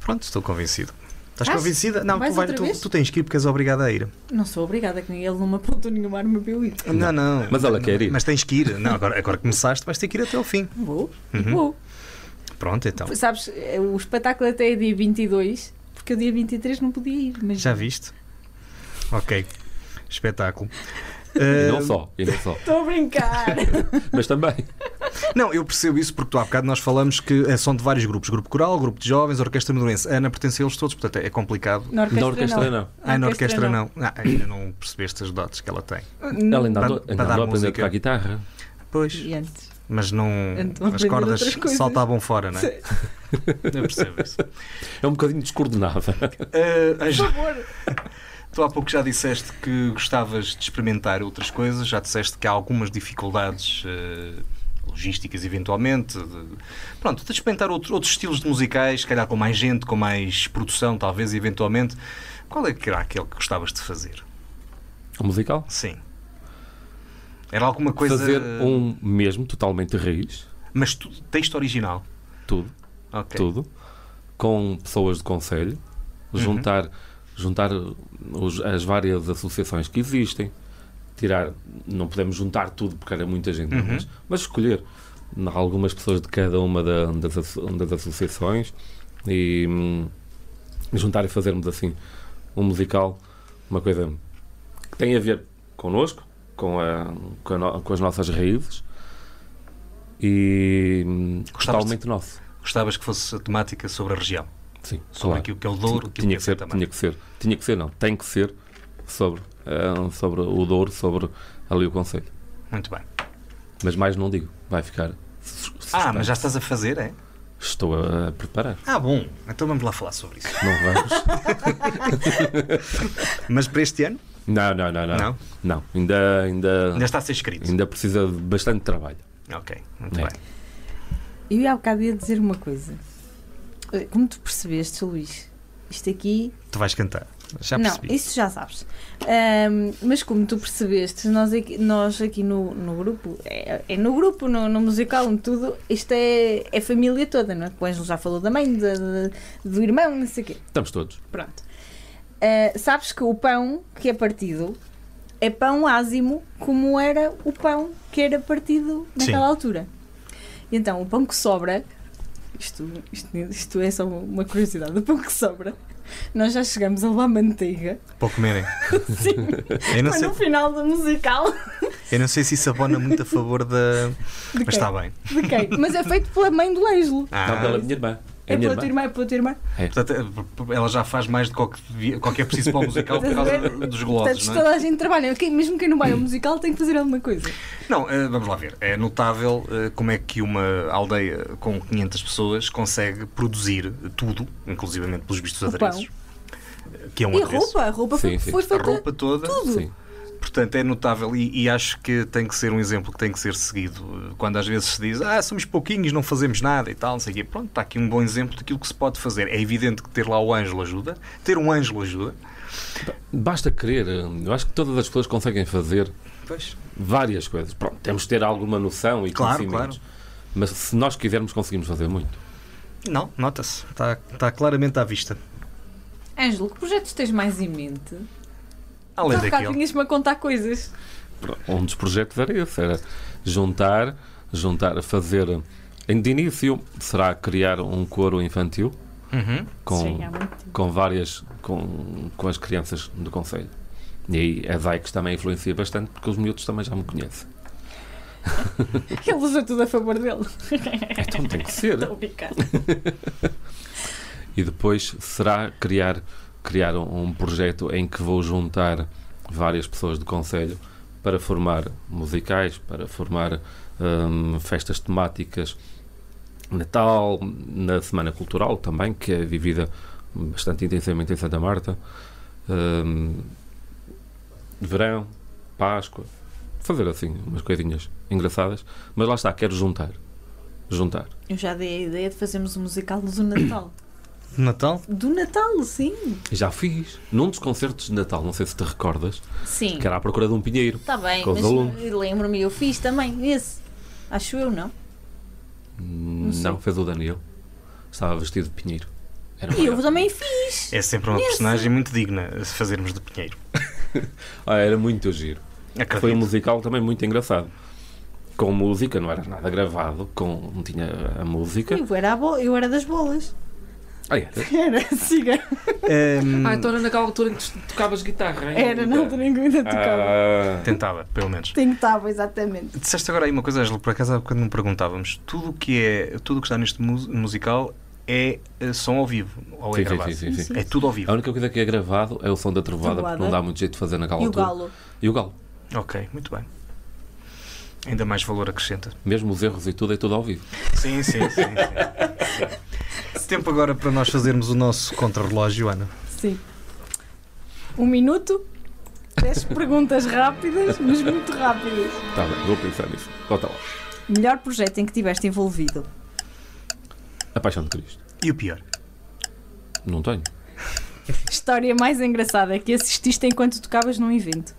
Pronto, estou convencido. Estás Vais? convencida? Não, Vais tu, vai- outra tu- vez? tu tens que ir porque és obrigada a ir. Não sou obrigada, que nem ele não me apontou nenhuma arma para eu ir. Não, não. Mas ela Não, quer ir. Mas tens que ir. Não, agora, agora que começaste, vais ter que ir até ao fim. Vou, vou. Pronto, então. Sabes, eh, o espetáculo até é dia 22, porque eu dia 23 não podia ir, mas Já viste? Ok. Espetáculo. E Ah, não só, e não só. estou a brincar. Mas também. Não, eu percebo isso porque tu há bocado nós falamos que eh, são de vários grupos: grupo coral, grupo de jovens, orquestra madurense. A Ana pertence a eles todos, portanto é complicado. Na Na orquestra, orquestra não. não. Ah, na orquestra não. Ah, ainda não percebeste as dotes que ela tem. Hum. Ela é ainda andou, Para- para ainda dar andou a aprender música. a tocar guitarra. Pois, E antes. mas não. Então as aprender cordas outras coisas. saltavam fora, não é? Eu percebo isso. É um bocadinho descoordenada. Ah, Ângela, tu há pouco já disseste que gostavas de experimentar outras coisas, já disseste que há algumas dificuldades eh, logísticas, eventualmente. de- pronto, de experimentar outro- outros estilos de musicais, se calhar com mais gente, com mais produção, talvez, eventualmente. Qual é que era aquele que gostavas de fazer? Um musical? Sim. Era alguma coisa. ah, Fazer um mesmo, totalmente raiz, Mas tu, texto original. tudo, Ok. tudo, com pessoas de conselho, Uhum. juntar, juntar os- as várias associações que existem, tirar, não podemos juntar tudo porque era muita gente, Uhum. não é? mas, mas escolher algumas pessoas de cada uma da- das, asso- das associações e hum, juntar e fazermos assim um musical, uma coisa que tem a ver connosco, com, a- com, a no- com as nossas raízes e hum, Gostavas de- totalmente nosso. Gostavas que fosse a temática sobre a região, Sim, sobre claro. aquilo que é o Douro, aquilo tinha é que ser, Santa tinha que ser, tinha que ser, não, tem que ser sobre, ah, sobre o Douro, sobre ali o Conselho. Marta. Muito bem. Mas mais não digo, vai ficar. sus- Ah, suspense. mas já estás a fazer, é? Estou a preparar, Ah, bom, então vamos lá falar sobre isso. não vamos. Mas para este ano? não, não, não, não, Não? Não, ainda, ainda, Ainda está a ser escrito. ainda precisa de bastante trabalho. Ok, muito É. bem. Eu ia há bocado ia dizer uma coisa. Eh, Como tu percebeste, Luís, isto aqui Tu vais cantar. Já não, percebi. isso já sabes. Ahm, mas como tu percebeste, nós aqui, nós aqui no, no grupo, é, é no grupo, no, no musical, em tudo, isto é, é família toda, não é? O Ângelo já falou da mãe, da- da- do irmão, não sei o quê. Estamos todos. Pronto. Ah, sabes que o pão que é partido é pão ázimo, como era o pão que era partido naquela Sim. altura. E então, o pão que sobra, isto, isto, isto é só uma curiosidade, o pão que sobra, nós já chegamos a levar manteiga. Para comerem. Eu não, Mas sei, no final do musical, eu não sei se isso abona muito a favor da. De Mas quem? está bem. de quem? Mas é feito pela mãe do Ângelo. Ah, Não, pela minha irmã. É, É minha pela irmã. tua irmã, é pela tua irmã. portanto, eh, ela já faz mais de qualquer, devia- qualquer preciso para o musical por causa dos Portanto, glosses, não é? toda a gente trabalha. Quem- mesmo quem não vai ao musical tem que fazer alguma coisa. Não, eh, vamos lá ver. É notável eh, como é que uma aldeia com 500 pessoas consegue produzir tudo, inclusivamente pelos vistos O pão. adereços. eh, Que é um e a adereço. roupa, a roupa foi, Sim, sim. foi A feita. roupa toda. tudo. Sim. Portanto, é notável e, e acho que tem que ser um exemplo que tem que ser seguido. Quando às vezes se diz, ah, somos pouquinhos, não fazemos nada e tal, não sei o quê. Pronto, está aqui um bom exemplo daquilo que se pode fazer. É evidente que ter lá o Ângelo ajuda, ter um Ângelo ajuda. Basta querer, eh, eu acho que todas as pessoas conseguem fazer Pois. várias coisas. Pronto, temos de ter alguma noção e Claro, conhecimentos. Mas se nós quisermos, conseguimos fazer muito. Não, nota-se. Está, está claramente à vista. Ângelo, que projetos tens mais em mente? Além Há bocado é daquele. vinhas-me a contar coisas. um dos projetos era esse, era juntar, juntar, fazer. em- De início será criar um coro infantil Uhum. com, Sim, há muito tempo. com várias, com, com as crianças do Conselho. E aí a Dykes também influencia bastante porque os miúdos também já me conhecem. Ele usa tudo a favor dele. Então tem que ser. Estou a brincar. E depois será criar, criar um, um projeto em que vou juntar várias pessoas do Conselho para formar musicais, para formar hum, festas temáticas, Natal, na Semana Cultural também, que é vivida bastante intensamente em Santa Marta, hum, verão, Páscoa, fazer assim umas coisinhas engraçadas, mas lá está, quero juntar. Juntar. Eu já dei a ideia de fazermos um musical do Natal. Natal? Do Natal, sim. Já fiz. Num dos concertos de Natal, não sei se te recordas, Sim. que era à procura de um pinheiro. Está bem, Com os mas alunos. lembro-me, eu fiz também esse. Acho eu, não? Não, fez o Daniel. Estava vestido de pinheiro. Era E eu maravilhoso. também fiz. É sempre uma Esse. personagem muito digna se fazermos de Pinheiro. Ah, era muito giro. Acredito. Foi um musical também muito engraçado. Com música, não era nada gravado, com, não tinha a música. Eu era, a bo- eu era das bolas. Ah, era. Era, siga. Hum, Ah, então era naquela altura em que tu tocavas guitarra, hein? Era, não, nem que ainda tocava. Ah, Tentava, pelo menos. Tenho estava, exatamente. Disseste agora aí uma coisa, Ângelo, por acaso há bocado me perguntávamos. Tudo o que é, tudo o que está neste mu- musical é eh, som ao vivo, ou é Sim, sim, gravado. sim, sim, sim. É tudo ao a vivo. única coisa que é gravado é o som da trovada, porque não Trovada. dá muito jeito de fazer naquela E o altura. galo. E o galo. Ok, muito bem. Ainda mais valor acrescenta. Mesmo os erros e tudo, é tudo ao vivo. Sim, sim, sim. Tempo agora para nós fazermos o nosso contrarrelógio, Ana. Sim. Um minuto, dez perguntas rápidas, mas muito rápidas. Está Tá bem, vou pensar nisso. Bota lá. Melhor projeto em que tiveste envolvido? A Paixão de Cristo. E o pior? Não tenho. História mais engraçada que assististe enquanto tocavas num evento?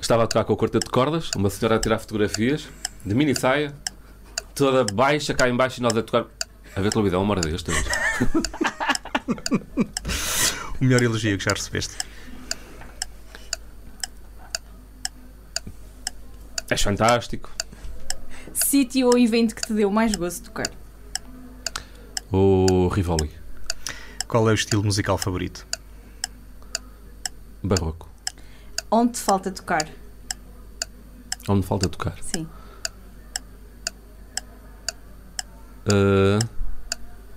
Estava a tocar com o quarteto de cordas, uma senhora a tirar fotografias, de mini saia, toda baixa, cá em baixo e nós a tocar. A ver televisão, uma hora destas. O melhor elogio que já recebeste. És É fantástico. Sítio ou evento que te deu mais gozo de tocar? O Rivoli, Qual é o estilo musical favorito? barroco, Onde te falta tocar? onde falta tocar. Sim. Ah,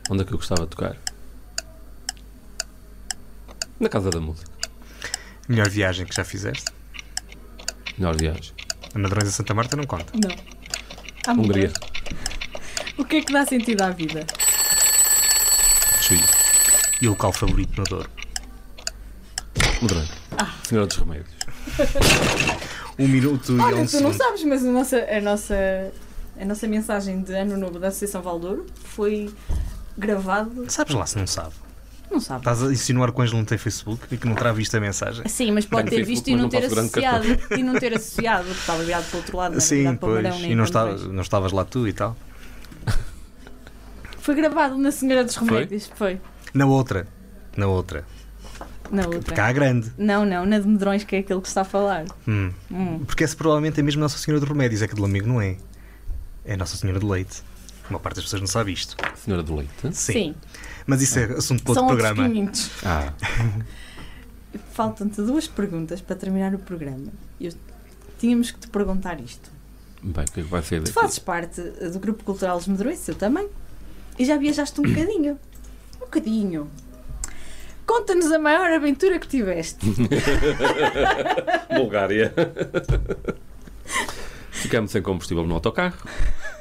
onde é que eu gostava de tocar? Na Casa da Música. Melhor viagem que já fizeste? Melhor viagem. A Madrões a Santa Marta não conta. Não. Há muito. Hungria. O que é que dá sentido à vida? Chile. E o local favorito no Douro? Medronho. Senhora dos Remédios. Um minuto e Olha, um tu não segundo. sabes, mas a nossa, a nossa, a nossa mensagem de Ano Novo da Associação Valdouro foi gravado. Sabes lá se não sabe. Não sabe. Estás a insinuar que o Ângelo não tem Facebook e que não terá visto a mensagem? Sim, mas pode Tenho ter visto Facebook, e mas não não ter faço grande associado. E não ter associado, porque estava virado para o outro lado, não era Sim, virado para o pois. Marão, então nem e não, para estavas, Marões. não estavas lá tu e tal. Foi gravado na Senhora dos Remédios, foi. Na outra. Na outra. Na outra. Cá à grande. Não, não, na de Medrões, que é aquele que está a falar. Hum. Hum. Porque essa provavelmente é mesmo Nossa Senhora de Remédios, é que do amigo não é. É Nossa Senhora de Leite. Uma parte das pessoas não sabe isto. Senhora do Leite. Sim. Mas isso é assunto para São outro outros programa. 500. Ah, Faltam-te duas perguntas para terminar o programa. Eu- Tínhamos que te perguntar isto. bem, o que é que vai ser Tu daqui? fazes parte eh, do Grupo Cultural dos Medroenses, eu também. E já viajaste um bocadinho. Um bocadinho. Conta-nos a maior aventura que tiveste. Bulgária. Ficámos sem combustível no autocarro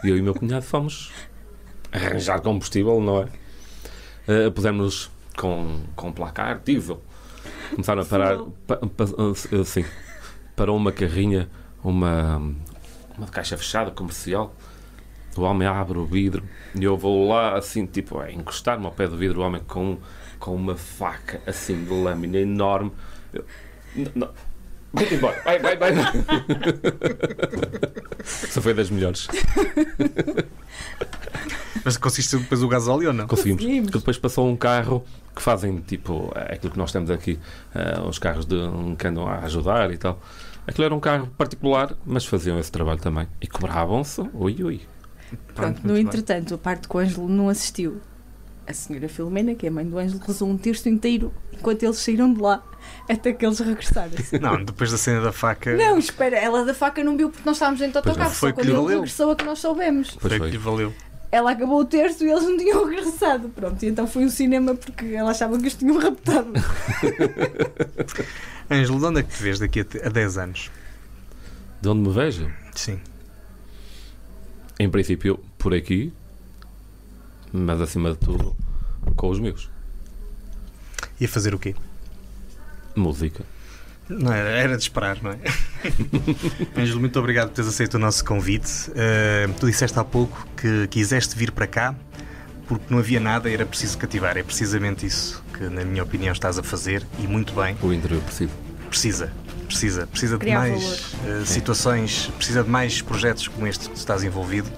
e eu e o meu cunhado fomos arranjar combustível, não é? Uh, pusemos com, com um placar, diesel. Começaram a parar pa, pa- ah, sim, para uma carrinha, uma, uma caixa fechada comercial. O homem abre o vidro e eu vou lá assim, tipo, a encostar-me ao pé do vidro, o homem com, com uma faca assim de lâmina enorme. Eu, "N- não, Vai-te embora, vai, vai, vai. Essa foi das melhores. Mas consiste depois o gasóleo ou não? Conseguimos. Conseguimos. Que depois passou um carro que fazem tipo eh, aquilo que nós temos aqui, eh, os carros de, que andam a ajudar e tal. Aquilo era um carro particular, mas faziam esse trabalho também. E cobravam-se, ui, ui. Pronto, muito no bem. entretanto, a parte que o Ângelo não assistiu. A senhora Filomena, que é a mãe do Ângelo, rezou um texto inteiro enquanto eles saíram de lá, até que eles regressaram. Não, depois da cena da faca Não, espera, ela da faca não viu porque nós estávamos dentro do Pois não, autocarro, foi só que quando lhe ele valeu. regressou é que nós soubemos. Pois foi que foi. lhe valeu. Ela acabou o terço e eles não tinham regressado. Pronto, e então foi um cinema porque ela achava que os tinham raptado. Ângelo, de onde é que te vês daqui a te- a 10 anos? De onde me vejo? Sim. Em princípio, por aqui, mas acima de tudo com os meus. E a fazer o quê? Música. Não, era, era de esperar, não é? Ângelo, muito obrigado por teres aceito o nosso convite. Uh, tu disseste há pouco que quiseste vir para cá porque não havia nada e era preciso cativar. É precisamente isso que, na minha opinião, estás a fazer e muito bem. O interior preciso. Precisa, precisa, precisa de mais uh, situações, precisa de mais projetos como este que estás envolvido,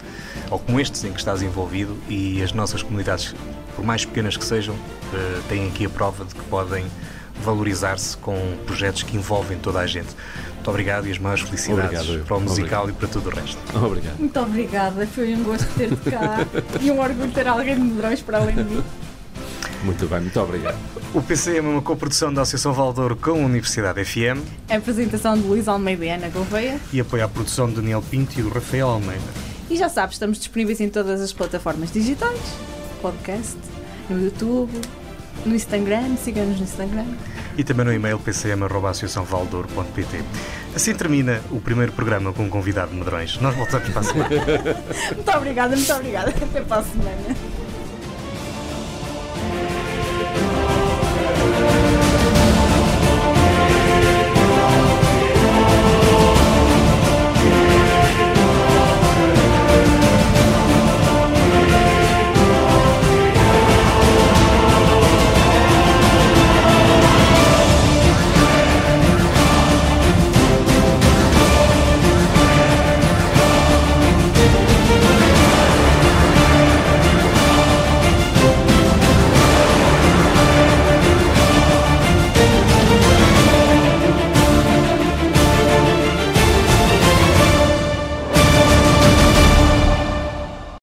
ou como estes em que estás envolvido, e as nossas comunidades, por mais pequenas que sejam, uh, têm aqui a prova de que podem valorizar-se com projetos que envolvem toda a gente. Muito obrigado e as maiores felicidades Obrigado. para o musical Obrigado. e para tudo o resto. Obrigado. Muito obrigada, foi um gosto ter-te cá e um orgulho ter alguém de Medrões para além de mim. Muito bem, muito obrigado. O PCM é uma coprodução da Associação Valdouro com a Universidade FM É A apresentação de Luís Almeida e Ana Gouveia. e apoia a produção de Daniel Pinto e do Rafael Almeida. E já sabes, estamos disponíveis em todas as plataformas digitais, podcast, no YouTube, no Instagram, siga-nos no Instagram. e também no e-mail pcm.associaçãovaldouro.pt. Assim termina o primeiro programa com um convidado de medrões. Nós voltamos para a semana. Muito obrigada, muito obrigada. Até para a semana.